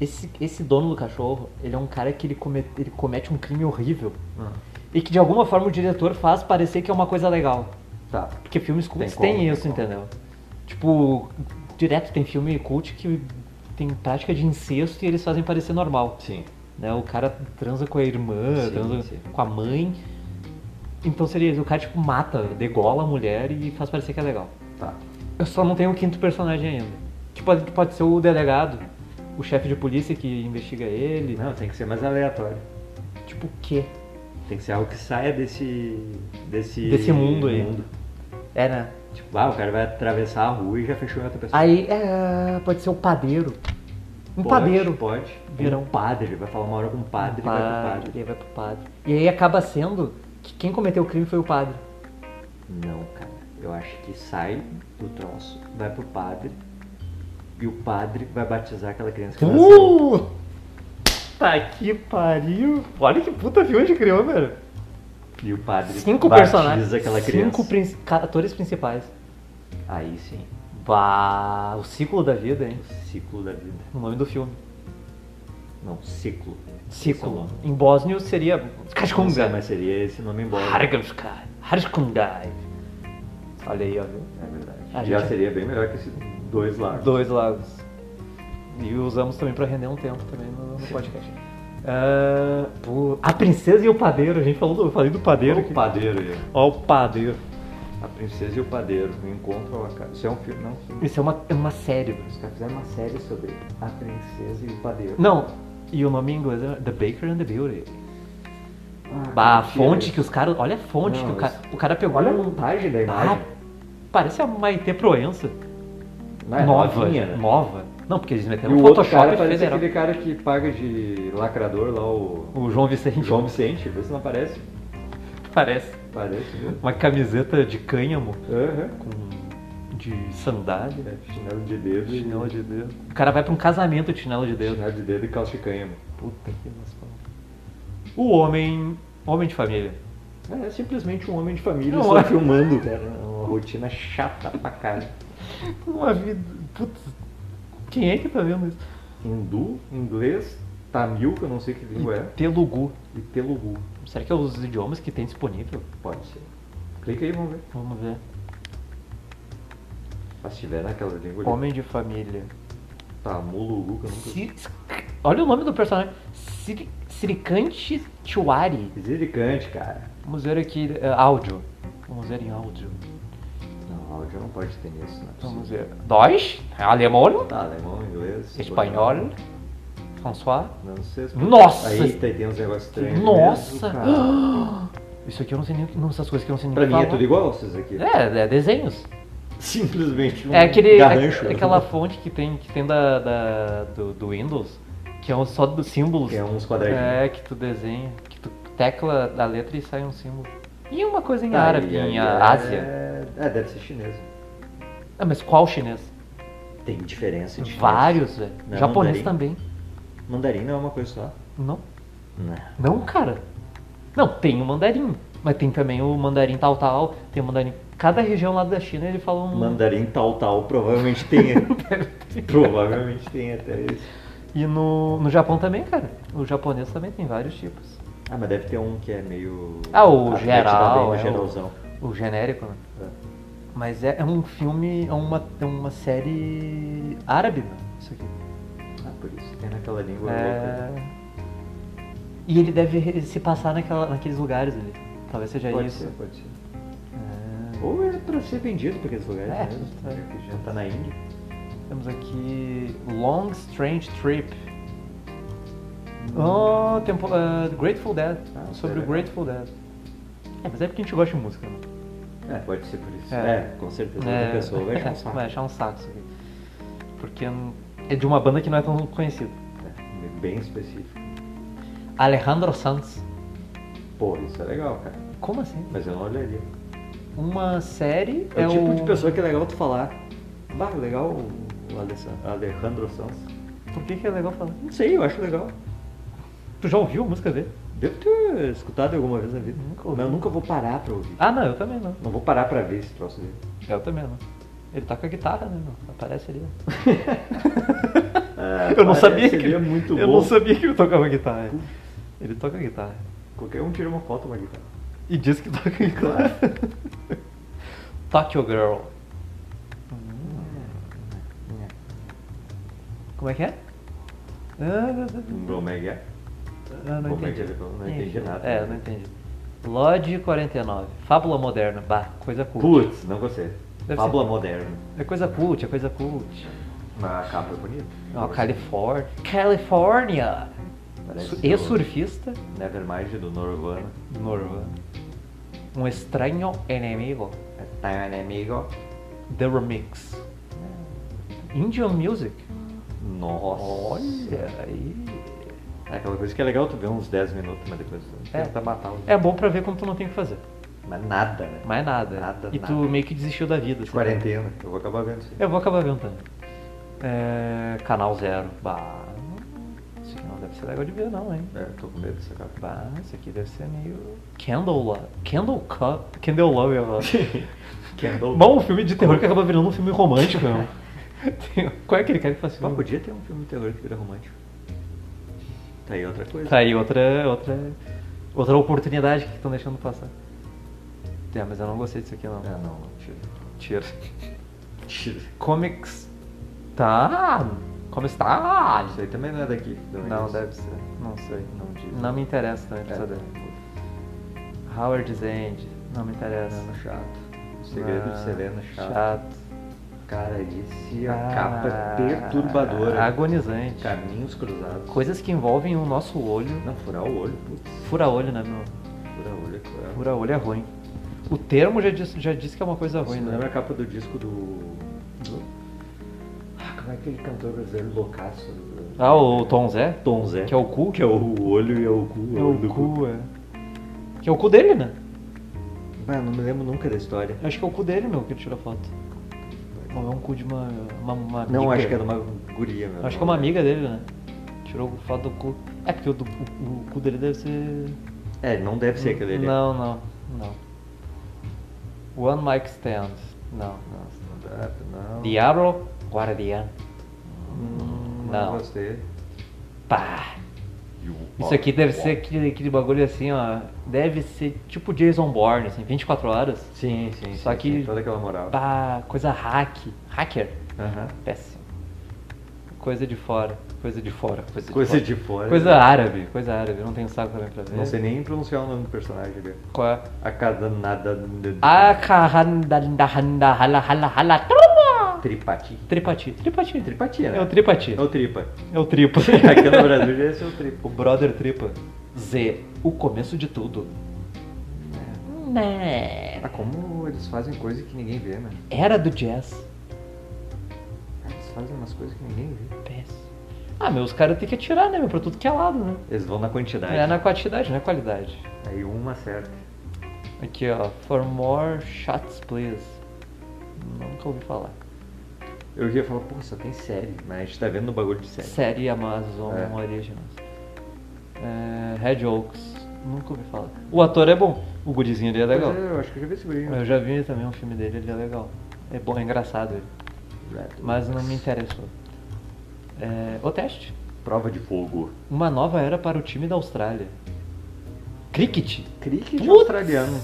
A: Esse, esse dono do cachorro, ele é um cara que ele, come, ele comete um crime horrível.
B: Ah,
A: E que de alguma forma o diretor faz parecer que é uma coisa legal.
B: Tá.
A: Porque filmes cults
B: como,
A: tem,
B: tem
A: isso,
B: como.
A: entendeu? Tipo, direto tem filme cult que tem prática de incesto e eles fazem parecer normal
B: Sim.
A: né? O cara transa com a irmã,
B: Sim,
A: transa
B: sim.
A: com a mãe. Então seria isso, o cara tipo mata, degola a mulher e faz parecer que é legal.
B: Tá.
A: Eu só não tenho o quinto personagem ainda. Tipo, a gente pode ser o delegado, o chefe de polícia que investiga ele.
B: Não, tem que ser mais aleatório.
A: Tipo, o quê?
B: Tem que ser algo que saia desse. desse.
A: Desse mundo aí.
B: mundo.
A: É, né?
B: Tipo, ah, o cara vai atravessar a rua e já fechou em outra pessoa.
A: Aí é, pode ser o padeiro. Um
B: Pode,
A: padeiro.
B: Pode.
A: Virão.
B: Um padre, vai falar uma hora com um padre e vai pro padre.
A: Ele vai pro padre. E aí acaba sendo que quem cometeu o crime foi o padre.
B: Não, cara. Eu acho que sai do troço, vai pro padre. E o padre vai batizar aquela criança que nasceu.
A: Uh! Tá que pariu! Olha que puta filme de criou, velho.
B: E o padre
A: Cinco
B: batiza
A: personagens.
B: aquela criança.
A: cinco prin- ca- atores principais.
B: Aí sim,
A: Bah, o ciclo da vida, hein?
B: o ciclo da vida.
A: O nome do filme.
B: Não, ciclo. é
A: Ciclo. é? Em bósnio seria.
B: Não sei,
A: Kashkunga.
B: mas seria esse nome embora.
A: Hargavskai. Harshkungai. Olha aí, ó, viu?
B: É verdade.
A: A
B: Já
A: gente-
B: seria bem melhor que esse dois lá.
A: Dois lagos. E usamos também pra render um tempo também no, no podcast. Ah, pô, a princesa e o padeiro. A gente falou do, eu falei do padeiro.
B: O
A: aqui.
B: padeiro aí.
A: Ó, o padeiro.
B: A princesa e o padeiro. O encontro ao acaso. Isso é um filme, não. filme.
A: Isso é uma, é uma série, velho.
B: Os caras fizeram uma série sobre a princesa e o padeiro.
A: Não, e o nome em inglês é The Baker and the Beauty.
B: Ah,
A: Bah, a
B: mentira.
A: fonte que os caras. Olha a fonte
B: Não,
A: que o cara.
B: isso-
A: O cara pegou.
B: Olha a
A: um-
B: montagem da
A: Ah,
B: imagem.
A: parece a Maite Proença.
B: Mas
A: nova.
B: novinha, né?
A: Nova. Não, porque eles
B: E
A: meteram
B: o
A: no
B: outro
A: Photoshop
B: cara parece
A: federal. Uhum.
B: aquele cara que paga de lacrador lá, o
A: O João Vicente
B: João Vicente, vê se não aparece.
A: parece
B: Parece, viu?
A: uma camiseta de cânhamo
B: Aham.
A: com de sandália,
B: É, chinelo de dedo e-
A: chinelo de dedo. O cara vai pra um casamento de chinelo de dedo.
B: Chinelo de dedo e calça de cânhamo.
A: Puta que nossa. O homem, homem de família.
B: É, é simplesmente um homem de família
A: Não,
B: só
A: é.
B: filmando, cara. É Uma rotina chata pra caralho.
A: Uma vida, putz. Quem é que tá vendo isso?
B: Hindu, inglês, tamil, que eu não sei que língua é,
A: Telugu.
B: e telugu.
A: Será que é os idiomas que tem disponível?
B: Pode ser. Clica aí, vamos ver.
A: Vamos ver.
B: Mas se tiver naquela língua ali.
A: Homem de família.
B: Tamulugu, que eu nunca
A: Siri- Olha o nome do personagem. Siri- Siricante Tiwari.
B: Deselicante, cara.
A: Vamos ver aqui. eh, áudio. Vamos ver em áudio.
B: Não, áudio não pode ter nisso, não é
A: Vamos
B: possível.
A: ver. Deutsch, alemão,
B: Tá, alemão, inglês.
A: espanhol, François.
B: Francês.
A: Nossa!
B: Aí tá, tem uns negócios estranhos.
A: Nossa!
B: mesmo, cara.
A: Isso aqui eu não sei nem. o que- não, Essas coisas que eu não sei nem o
B: pra
A: que
B: mim é
A: falar.
B: tudo igual esses aqui.
A: É, é desenhos.
B: Simplesmente um
A: É aquele,
B: garrancho.
A: é aquela fonte que tem, que tem da, da- do, do Windows, que é um só dos símbolos.
B: Que é uns quadradinhos.
A: É, que tu desenha, que tu tecla da letra e sai um símbolo. E uma coisa em
B: Tá,
A: árabe,
B: e aí
A: em
B: é-
A: Ásia.
B: É, deve ser chinês.
A: Ah, mas qual chinês?
B: Tem diferença de chinês.
A: Vários, velho.
B: Não, é
A: Japonês
B: mandarim.
A: também.
B: Mandarim não é uma coisa só.
A: Não?
B: Não.
A: Não, cara. Não, tem o mandarim. Mas tem também o mandarim tal, tal. Tem o mandarim. Cada região lá da China ele fala um.
B: Mandarim tal, tal, provavelmente tem. provavelmente tem até isso.
A: E no, no Japão também, cara. O japonês também tem vários tipos.
B: Ah, mas deve ter um que é meio.
A: Ah, o
B: Atleta
A: geral.
B: da
A: é o-
B: Bem, geralzão.
A: O genérico, né?
B: É.
A: Mas é, é um filme, é uma, é uma série árabe, mano, isso aqui.
B: Ah, por isso tem naquela língua
A: É...
B: louca. né?
A: E ele deve re- se passar naquela, naqueles lugares ali. Talvez seja
B: Pode
A: é isso.
B: ser, pode ser.
A: É.
B: Ou é pra ser vendido pra aqueles lugares
A: É,
B: mesmo.
A: tá.
B: né, Que já tá na Índia.
A: Temos aqui Long Strange Trip. Oh, tempo, ah, Grateful Dead.
B: Hum. Ah,
A: sobre o
B: legal.
A: Grateful Dead. É, mas é porque a gente gosta de música, né?
B: É, pode ser por isso.
A: É.
B: É, com certeza. A pessoa vai achar um saco.
A: vai achar um saco isso aqui. Porque é de uma banda que não é tão conhecida.
B: É, bem específico.
A: Alejandro Sanz.
B: Pô, isso é legal, cara.
A: Como assim?
B: Mas eu não olharia.
A: Uma série
B: É,
A: é,
B: o tipo
A: o-
B: de pessoa que é legal tu falar. Bah, legal o Alessandro- Alejandro Sanz.
A: Por que, que é legal falar?
B: Não sei, eu acho legal.
A: Tu já ouviu a música dele?
B: Devo ter escutado alguma vez na vida.
A: Nunca ouvi.
B: Mas eu nunca vou parar pra ouvir.
A: Ah, não, eu também não.
B: Não vou parar pra ver esse troço dele.
A: Eu também não. Ele toca guitarra, né, meu? Aparece ali. ó.
B: É,
A: eu não
B: parece,
A: sabia que
B: Ele é muito
A: Eu
B: bom.
A: não sabia que ele tocava guitarra. Ele toca guitarra.
B: Qualquer um tira uma foto uma guitarra.
A: E diz que toca guitarra. Tokyo Girl.
B: É.
A: Como é que é? Ah, não, não,
B: Um Bromega.
A: não, não
B: Como é
A: entendi.
B: que ele falou? Não entendi
A: Enfim,
B: nada.
A: É, eu não entendi. Lodge 49. Fábula moderna. Bah, coisa cult.
B: Putz, não gostei.
A: ser.
B: Fábula moderna.
A: É coisa cult, é coisa cult.
B: Mas a capa é bonita.
A: Ó, Califórnia. Califórnia!
B: Parece
A: Su-
B: o-
A: E-surfista.
B: Nevermind do Norvana.
A: Norva. Um estranho inimigo.
B: Tá inimigo.
A: The Remix. Indian Music.
B: Nossa.
A: Olha aí.
B: É aquela coisa que é legal tu ver uns 10 minutos, mas depois tu
A: É.
B: tenta matar o
A: É bom pra ver como tu não tem o que fazer.
B: Mas nada, né?
A: Mais nada.
B: Nada,
A: e tu
B: nada.
A: meio que desistiu da vida.
B: De
A: assim.
B: quarentena. Eu vou acabar vendo isso. aí.
A: Eu vou acabar vendo também. É, Canal Zero. Bah. Isso aqui não deve ser legal de ver não, hein?
B: É, eu tô com medo dessa capa.
A: Bah, isso aqui deve ser meio. Candle Love. Candle Cup. Candle Love, eu acho.
B: Candle-
A: Bom, um filme de terror que acaba virando um filme romântico, meu. Tem- Qual é aquele cara que faz
B: Pô,
A: filme?
B: podia ter um filme de terror que vira romântico. Tá aí outra coisa.
A: Tá aí outra, outra, outra oportunidade que estão deixando passar. É, mas eu não gostei disso aqui não.
B: Ah, não, não, tira.
A: Tira.
B: Tira.
A: Comics. Tá. Comics tá.
B: Isso aí também não é daqui.
A: Não, deve ser. Não sei.
B: Não diz.
A: Não me interessa também pra
B: É,
A: saber.
B: tá.
A: Howard Zend. Não me interessa.
B: Não, tá chato. O segredo
A: Ah,
B: de Selena, é chato.
A: Chato.
B: Cara, disse a
A: Ah,
B: capa é perturbadora.
A: Agonizante.
B: Caminhos cruzados.
A: Coisas que envolvem o nosso olho.
B: Não, furar o olho, putz.
A: Fura olho, né, meu?
B: Furar o olho é cruel.
A: Fura olho é ruim. O termo já diz, já diz que é uma coisa
B: Você
A: ruim, né?
B: lembra a capa do disco do. do- Como é aquele cantor brasileiro loucaço?
A: Ah, o Tom Zé?
B: Tom Zé.
A: Que é o cu?
B: Que é o olho e é o cu.
A: É
B: olho
A: o
B: do
A: cu, é. Que é o cu dele, né?
B: Mano, não me lembro nunca da história.
A: Acho que é o cu dele, meu, que ele tira foto. Ou é um cu de uma. uma, uma
B: Não,
A: amiga.
B: acho que é era uma guria, meu.
A: Acho que é uma amiga dele, né? Tirou foto do cu. É porque o, do- o- o cu dele deve ser.
B: É, não deve ser aquele ali.
A: Não, não, não. One Mic Stand. Não.
B: Nossa, não dá, não.
A: Diablo Guardian.
B: Hum,
A: Não.
B: gostei.
A: Pá!
B: E o-
A: Isso aqui deve ser aquele, aquele bagulho assim, ó. Deve ser tipo Jason Bourne, assim, 24 horas.
B: Sim, sim.
A: Só
B: sim,
A: que-
B: sim, toda aquela moral.
A: Pá, coisa hack. Hacker.
B: Aham.
A: Péssimo. Coisa de fora. Coisa de fora. Coisa de
B: Coisa
A: fora.
B: de fora. né?
A: Coisa árabe. Coisa árabe. Não tenho saco também pra ver.
B: Não sei nem pronunciar o nome do personagem ali.
A: Qual é?
B: A cada nada.
A: Ah.
B: Tripati.
A: Tripati. Tripati.
B: Tripatia, né?
A: É o tripati.
B: É o tripa.
A: É o tripo.
B: Aqui no Brasil já ia ser o tripa.
A: o brother tripa. Z. O começo de tudo. Né.
B: Ah, como eles fazem coisa que ninguém vê, né?
A: Era do jazz.
B: Eles fazem umas coisas que ninguém vê.
A: Péssimo. Ah, meu, os caras têm que atirar, né, meu? Pra tudo que é lado, né?
B: Eles vão na quantidade.
A: É na quantidade, não é qualidade.
B: Aí uma certa.
A: Aqui, ó. For more shots, please. Nunca ouvi falar.
B: Eu ia falar, pô, só tem série, mas a gente tá vendo no bagulho de série.
A: Série Amazon
B: É.
A: Originals. É, Red Oaks. Nunca ouvi falar. O ator é bom. O gurizinho ele é
B: Pois
A: legal.
B: é, eu acho que eu já vi esse brilho.
A: Eu já vi também um filme dele, ele é legal. É bom, é engraçado ele. Mas não me interessou. É, o teste.
B: Prova de fogo.
A: Uma nova era para o time da Austrália. Cricket?
B: Cricket
A: Putz!
B: australiano.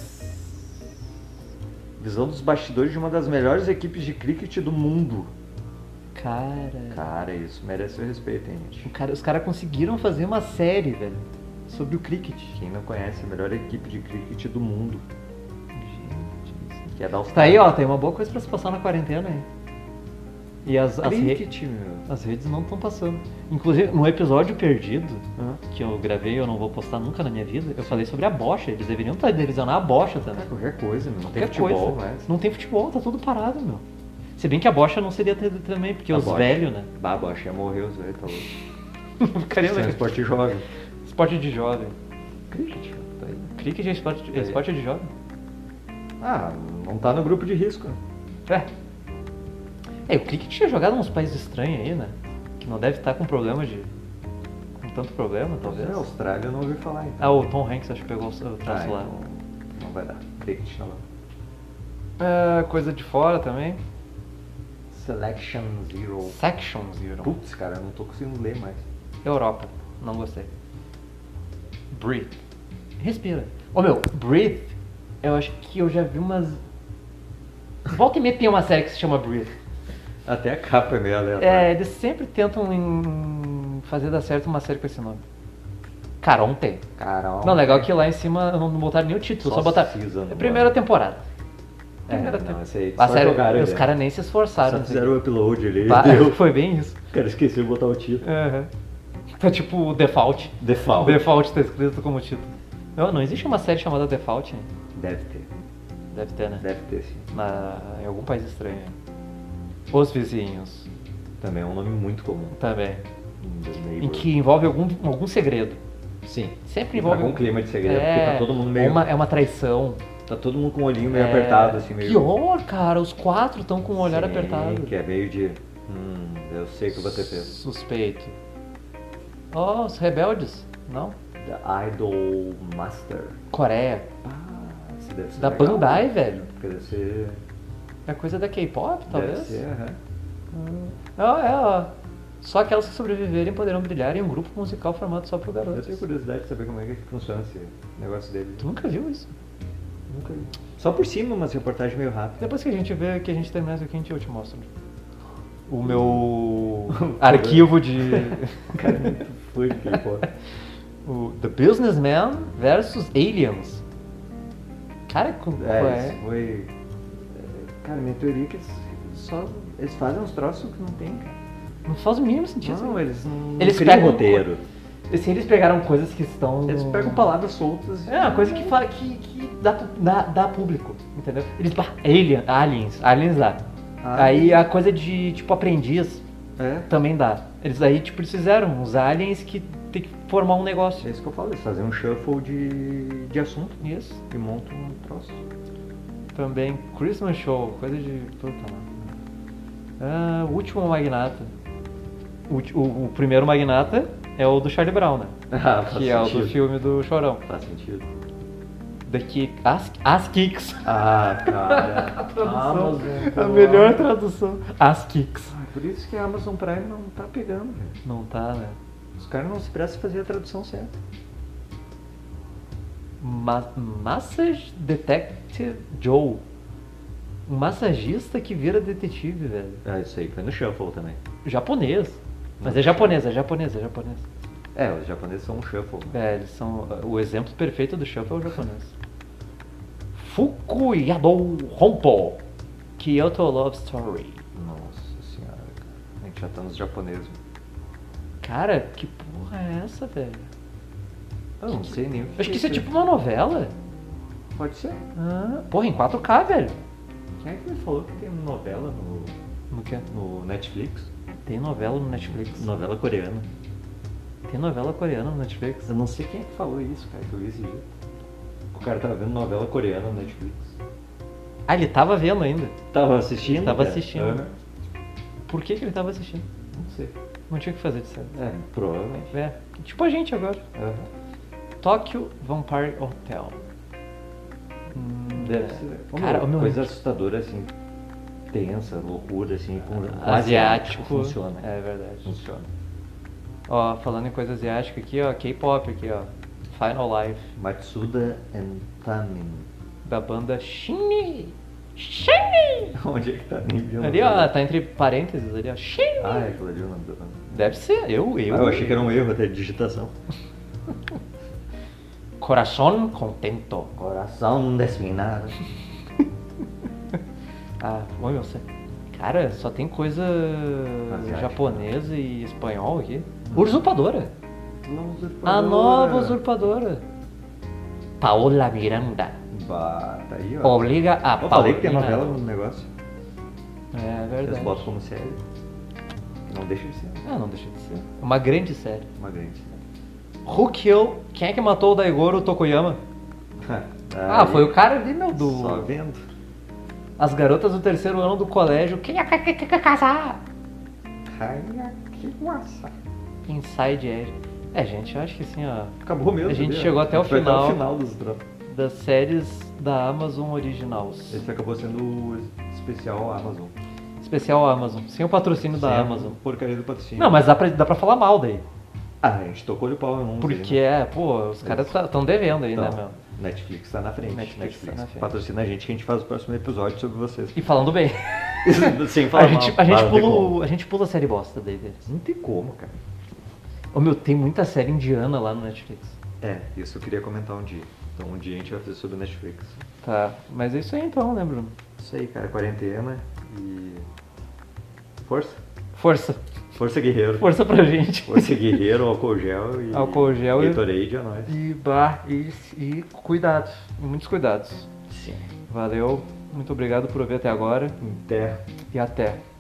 B: Visão dos bastidores de uma das melhores equipes de cricket do mundo.
A: Cara.
B: Cara, isso merece seu respeito, hein, gente.
A: o cara- os caras conseguiram fazer uma série, velho. Sobre o cricket.
B: Quem não conhece a melhor equipe de cricket do mundo,
A: Gente. do céu.
B: que é da
A: Tá aí,
B: Austrália.
A: ó, tem uma boa coisa pra se passar na quarentena aí. E as, as, re-
B: Cricket, meu.
A: as redes não estão passando. Inclusive, no episódio perdido,
B: Hã?
A: que eu gravei e eu não vou postar nunca na minha vida, eu falei sobre a bocha. Eles deveriam estar divisionando a bocha também.
B: Cara, qualquer coisa, meu. Não tem
A: Qualquer
B: futebol,
A: coisa.
B: mas...
A: Não tem futebol, tá tudo parado, meu. Se bem que a bocha não seria ter- também, porque
B: A
A: os
B: bocha.
A: velhos, né?
B: Babo, acho que ia morrer os velhos, tá louco.
A: Ficaria
B: Isso é um
A: legal.
B: esporte jovem.
A: Esporte de jovem. Tipo,
B: Cricket, tá aí.
A: Cricket é esporte, é
B: É.
A: esporte de jovem?
B: Ah, não tá no grupo de risco.
A: É. É, o cricket tinha jogado em uns países estranhos aí, né? Que não deve estar com problema de. com tanto problema, talvez.
B: Na Austrália eu não ouvi falar, então.
A: Ah, o Tom Hanks acho que pegou o o
B: Ah,
A: troço lá.
B: então não vai dar. Cricket tá não vai. é.
A: Ah, coisa de fora também.
B: Selection Zero.
A: Section Zero.
B: Putz, cara, eu não tô conseguindo ler mais.
A: Europa. Não gostei. Breathe. Respira. Ô meu, Breathe, eu acho que eu já vi umas. Volta e meia tem uma série que se chama Breathe.
B: Até a capa é meio
A: É,
B: aleatória.
A: eles sempre tentam em- fazer dar certo uma série com esse nome. Cara, ontem.
B: Caralho.
A: É. Não, legal que lá em cima não botaram nem o título, só,
B: Só
A: botaram.
B: season, né?
A: primeira temporada.
B: É,
A: Primeira
B: não,
A: temporada.
B: esse aí
A: A
B: só
A: série,
B: jogaram,
A: os
B: né?
A: caras nem se
B: Só
A: esforçaram. assim.
B: fizeram o upload ali.
A: Pá,
B: Deu.
A: Foi bem isso.
B: Cara, esqueci de botar o título.
A: Aham. Tá tipo o default.
B: Default.
A: Default tá escrito como título. Não, não existe uma série chamada Default, né?
B: Deve ter.
A: Deve ter, né?
B: Deve ter, sim.
A: Na, em algum país estranho. Os Vizinhos
B: Também é um nome muito comum.
A: também.
B: The
A: Em
B: Neighbor.
A: que envolve algum, algum segredo.
B: Sim.
A: Sempre
B: E
A: envolve.
B: tá com um clima de segredo, porque tá todo mundo meio-
A: uma- é uma traição.
B: Tá todo mundo com o olhinho meio
A: É,
B: apertado, assim, meio...
A: Pior, cara, os quatro estão com o olhar
B: Sim,
A: apertado.
B: que é meio de... Hum, eu sei o que você fez.
A: Suspeito. Ó, os rebeldes? Não?
B: The Idol Master.
A: Coreia.
B: Ah, isso deve ser
A: Da
B: legal.
A: Bandai, velho.
B: Porque deve ser...
A: É coisa da K-pop, talvez?
B: Deve ser, aham.
A: Ah, é, ó. Só aquelas que sobreviverem poderão brilhar em um grupo musical formado só por
B: Eu
A: garotos.
B: tenho curiosidade de saber como é que funciona esse negócio dele.
A: Tu nunca viu isso?
B: Nunca vi. Só por cima, umas reportagens meio rápidas.
A: Depois que a gente vê, que a gente terminar isso aqui, a gente- eu te mostro. O meu arquivo de...
B: Cara, é muito fluido aquele pô.
A: o The Businessman versus Aliens. Cara, como
B: É,
A: é?
B: isso foi. é, Cara, minha teoria é que eles só. Eles fazem uns troços que não tem, cara.
A: Não faz o mínimo sentido.
B: Não,
A: né?
B: eles não. não
A: Eles
B: criam
A: pegam-
B: roteiro.
A: Assim, eles pegaram coisas que estão...
B: Eles pegam palavras soltas. e-
A: É, uma coisa que fala que, que dá, pu- dá, dá público, entendeu? Eles bah, alien, aliens, aliens dá.
B: Ah.
A: Aí a coisa de tipo aprendiz.
B: É.
A: Também dá. Eles aí, tipo, eles fizeram uns aliens que tem que formar um negócio.
B: É isso que eu falo, eles fazem um shuffle de, de assunto
A: Isso.
B: e montam um troço.
A: Também Christmas Show, coisa de. Puta, mano. Ah, o último magnata. O, ulti- o- o primeiro magnata é o do Charlie Brown, né?
B: Ah,
A: Que é o do filme do Chorão.
B: Faz sentido.
A: The Kick. As, as Kicks.
B: Ah, cara. Amazon,
A: A melhor tradução. As Kicks.
B: Ah, Por isso que a Amazon Prime não tá pegando, velho.
A: Não tá, né?
B: Os caras não se prestam a fazer a tradução certa.
A: Ma Massage Detective Joe. Um massagista que vira detetive, velho.
B: Ah, isso aí foi no Shuffle também.
A: Japonês. Mas é japonês, é japonês, é japonês.
B: É, os japoneses são um Shuffle. né?
A: É, eles são. O exemplo perfeito do Shuffle é o japonês. Fukuyadou Honpo. Kyoto Love Story.
B: Nossa senhora, cara. A gente já tá nos japoneses.
A: Cara, que porra é essa, velho?
B: Eu não sei nem o que
A: Acho que isso é
B: é.
A: tipo uma novela.
B: Pode ser.
A: Ah, porra, em 4K, velho.
B: Quem é que me falou que tem novela no,
A: Como que é?
B: no Netflix?
A: Tem novela no Netflix.
B: Novela coreana.
A: Tem novela coreana no Netflix.
B: Eu não sei quem é que falou isso, cara, que eu vi esse dia. O cara tava vendo novela coreana no Netflix.
A: Ah, ele tava vendo ainda.
B: Tava assistindo?
A: Tava
B: cara?
A: assistindo.
B: Aham.
A: Por que, que ele tava assistindo?
B: Não sei.
A: Não tinha o que fazer de certo.
B: É, provavelmente.
A: É, tipo a gente agora.
B: Aham.
A: Tokyo Vampire Hotel. Hum,
B: Deve
A: é.
B: ser.
A: Cara, o meu
B: coisa assustadora, assim, tensa, loucura, assim, com com
A: asiático.
B: Funciona.
A: É verdade.
B: Funciona.
A: Ó, falando em coisa asiática aqui, ó, K-pop aqui, ó. Final Life,
B: Matsuda and Tamin.
A: da banda Shinny. Shinny!
B: Onde é que tá? Nem vi o
A: Ali,
B: nome
A: ó,
B: dela.
A: tá entre parênteses ali, ó. Shinny!
B: Ah, é aquilo ali o nome do nome.
A: Deve ser, eu, eu.
B: Ah, eu achei que era um erro até de digitação. um
A: Coração contento.
B: Coração desminado.
A: Ah, ô meu, você... Cara, só tem coisa
B: Asiática. Hum.
A: japonesa e espanhol aqui. Usurpadora.
B: usurpadora.
A: A nova usurpadora. Paola Miranda.
B: Bah, tá aí, ó.
A: Obriga a Paola.
B: Eu falei que tem novela no negócio.
A: É
B: Eles
A: verdade.
B: botam como série. Não deixa de ser
A: Ah, não deixa de ser. Uma grande série.
B: uma grande.
A: Rukyo. Quem é que matou o Daigoro Tokoyama? Ah, foi o cara ali, meu, do...
B: Só vendo.
A: As garotas do terceiro ano do colégio. Quem é que- que- que- que- casar?
B: Hayaki Wasa.
A: Inside Edge. É, gente, eu acho que assim, ó...
B: Acabou mesmo.
A: A gente
B: né?
A: chegou até o
B: Foi
A: final.
B: Até o final dos drops.
A: Das séries da Amazon Originals.
B: Esse acabou sendo o especial Amazon.
A: Especial Amazon. Sem o patrocínio da
B: Sem a
A: Amazon.
B: Porcaria do patrocínio.
A: Não, mas dá pra, dá pra falar mal daí.
B: Ah, a gente tocou o pau em um.
A: Porque, é, pô, os caras estão devendo aí, né, meu?
B: Netflix tá na frente.
A: Netflix
B: Netflix,
A: tá na frente.
B: patrocina a gente que a gente faz o próximo episódio sobre vocês.
A: E falando bem.
B: Sem falar
A: A gente, a, gente
B: mal. Claro, não tem
A: pula,
B: como.
A: o- a gente pula a série bosta daí deles.
B: Não tem como, cara.
A: Ô meu, tem muita série indiana lá no Netflix.
B: É, isso eu queria comentar um dia. Então um dia a gente vai fazer sobre Netflix.
A: Tá, mas é isso aí então, né, Bruno?
B: Isso aí, cara. Quarentena e. Força.
A: Força.
B: Força guerreiro.
A: Força pra gente.
B: Força guerreiro, álcool gel e.
A: Álcool gel e-
B: Gatorade é nóis.
A: E bah, e, e cuidados. Muitos cuidados.
B: Sim.
A: Valeu, muito obrigado por ouvir até agora
B: Em terra.
A: e até.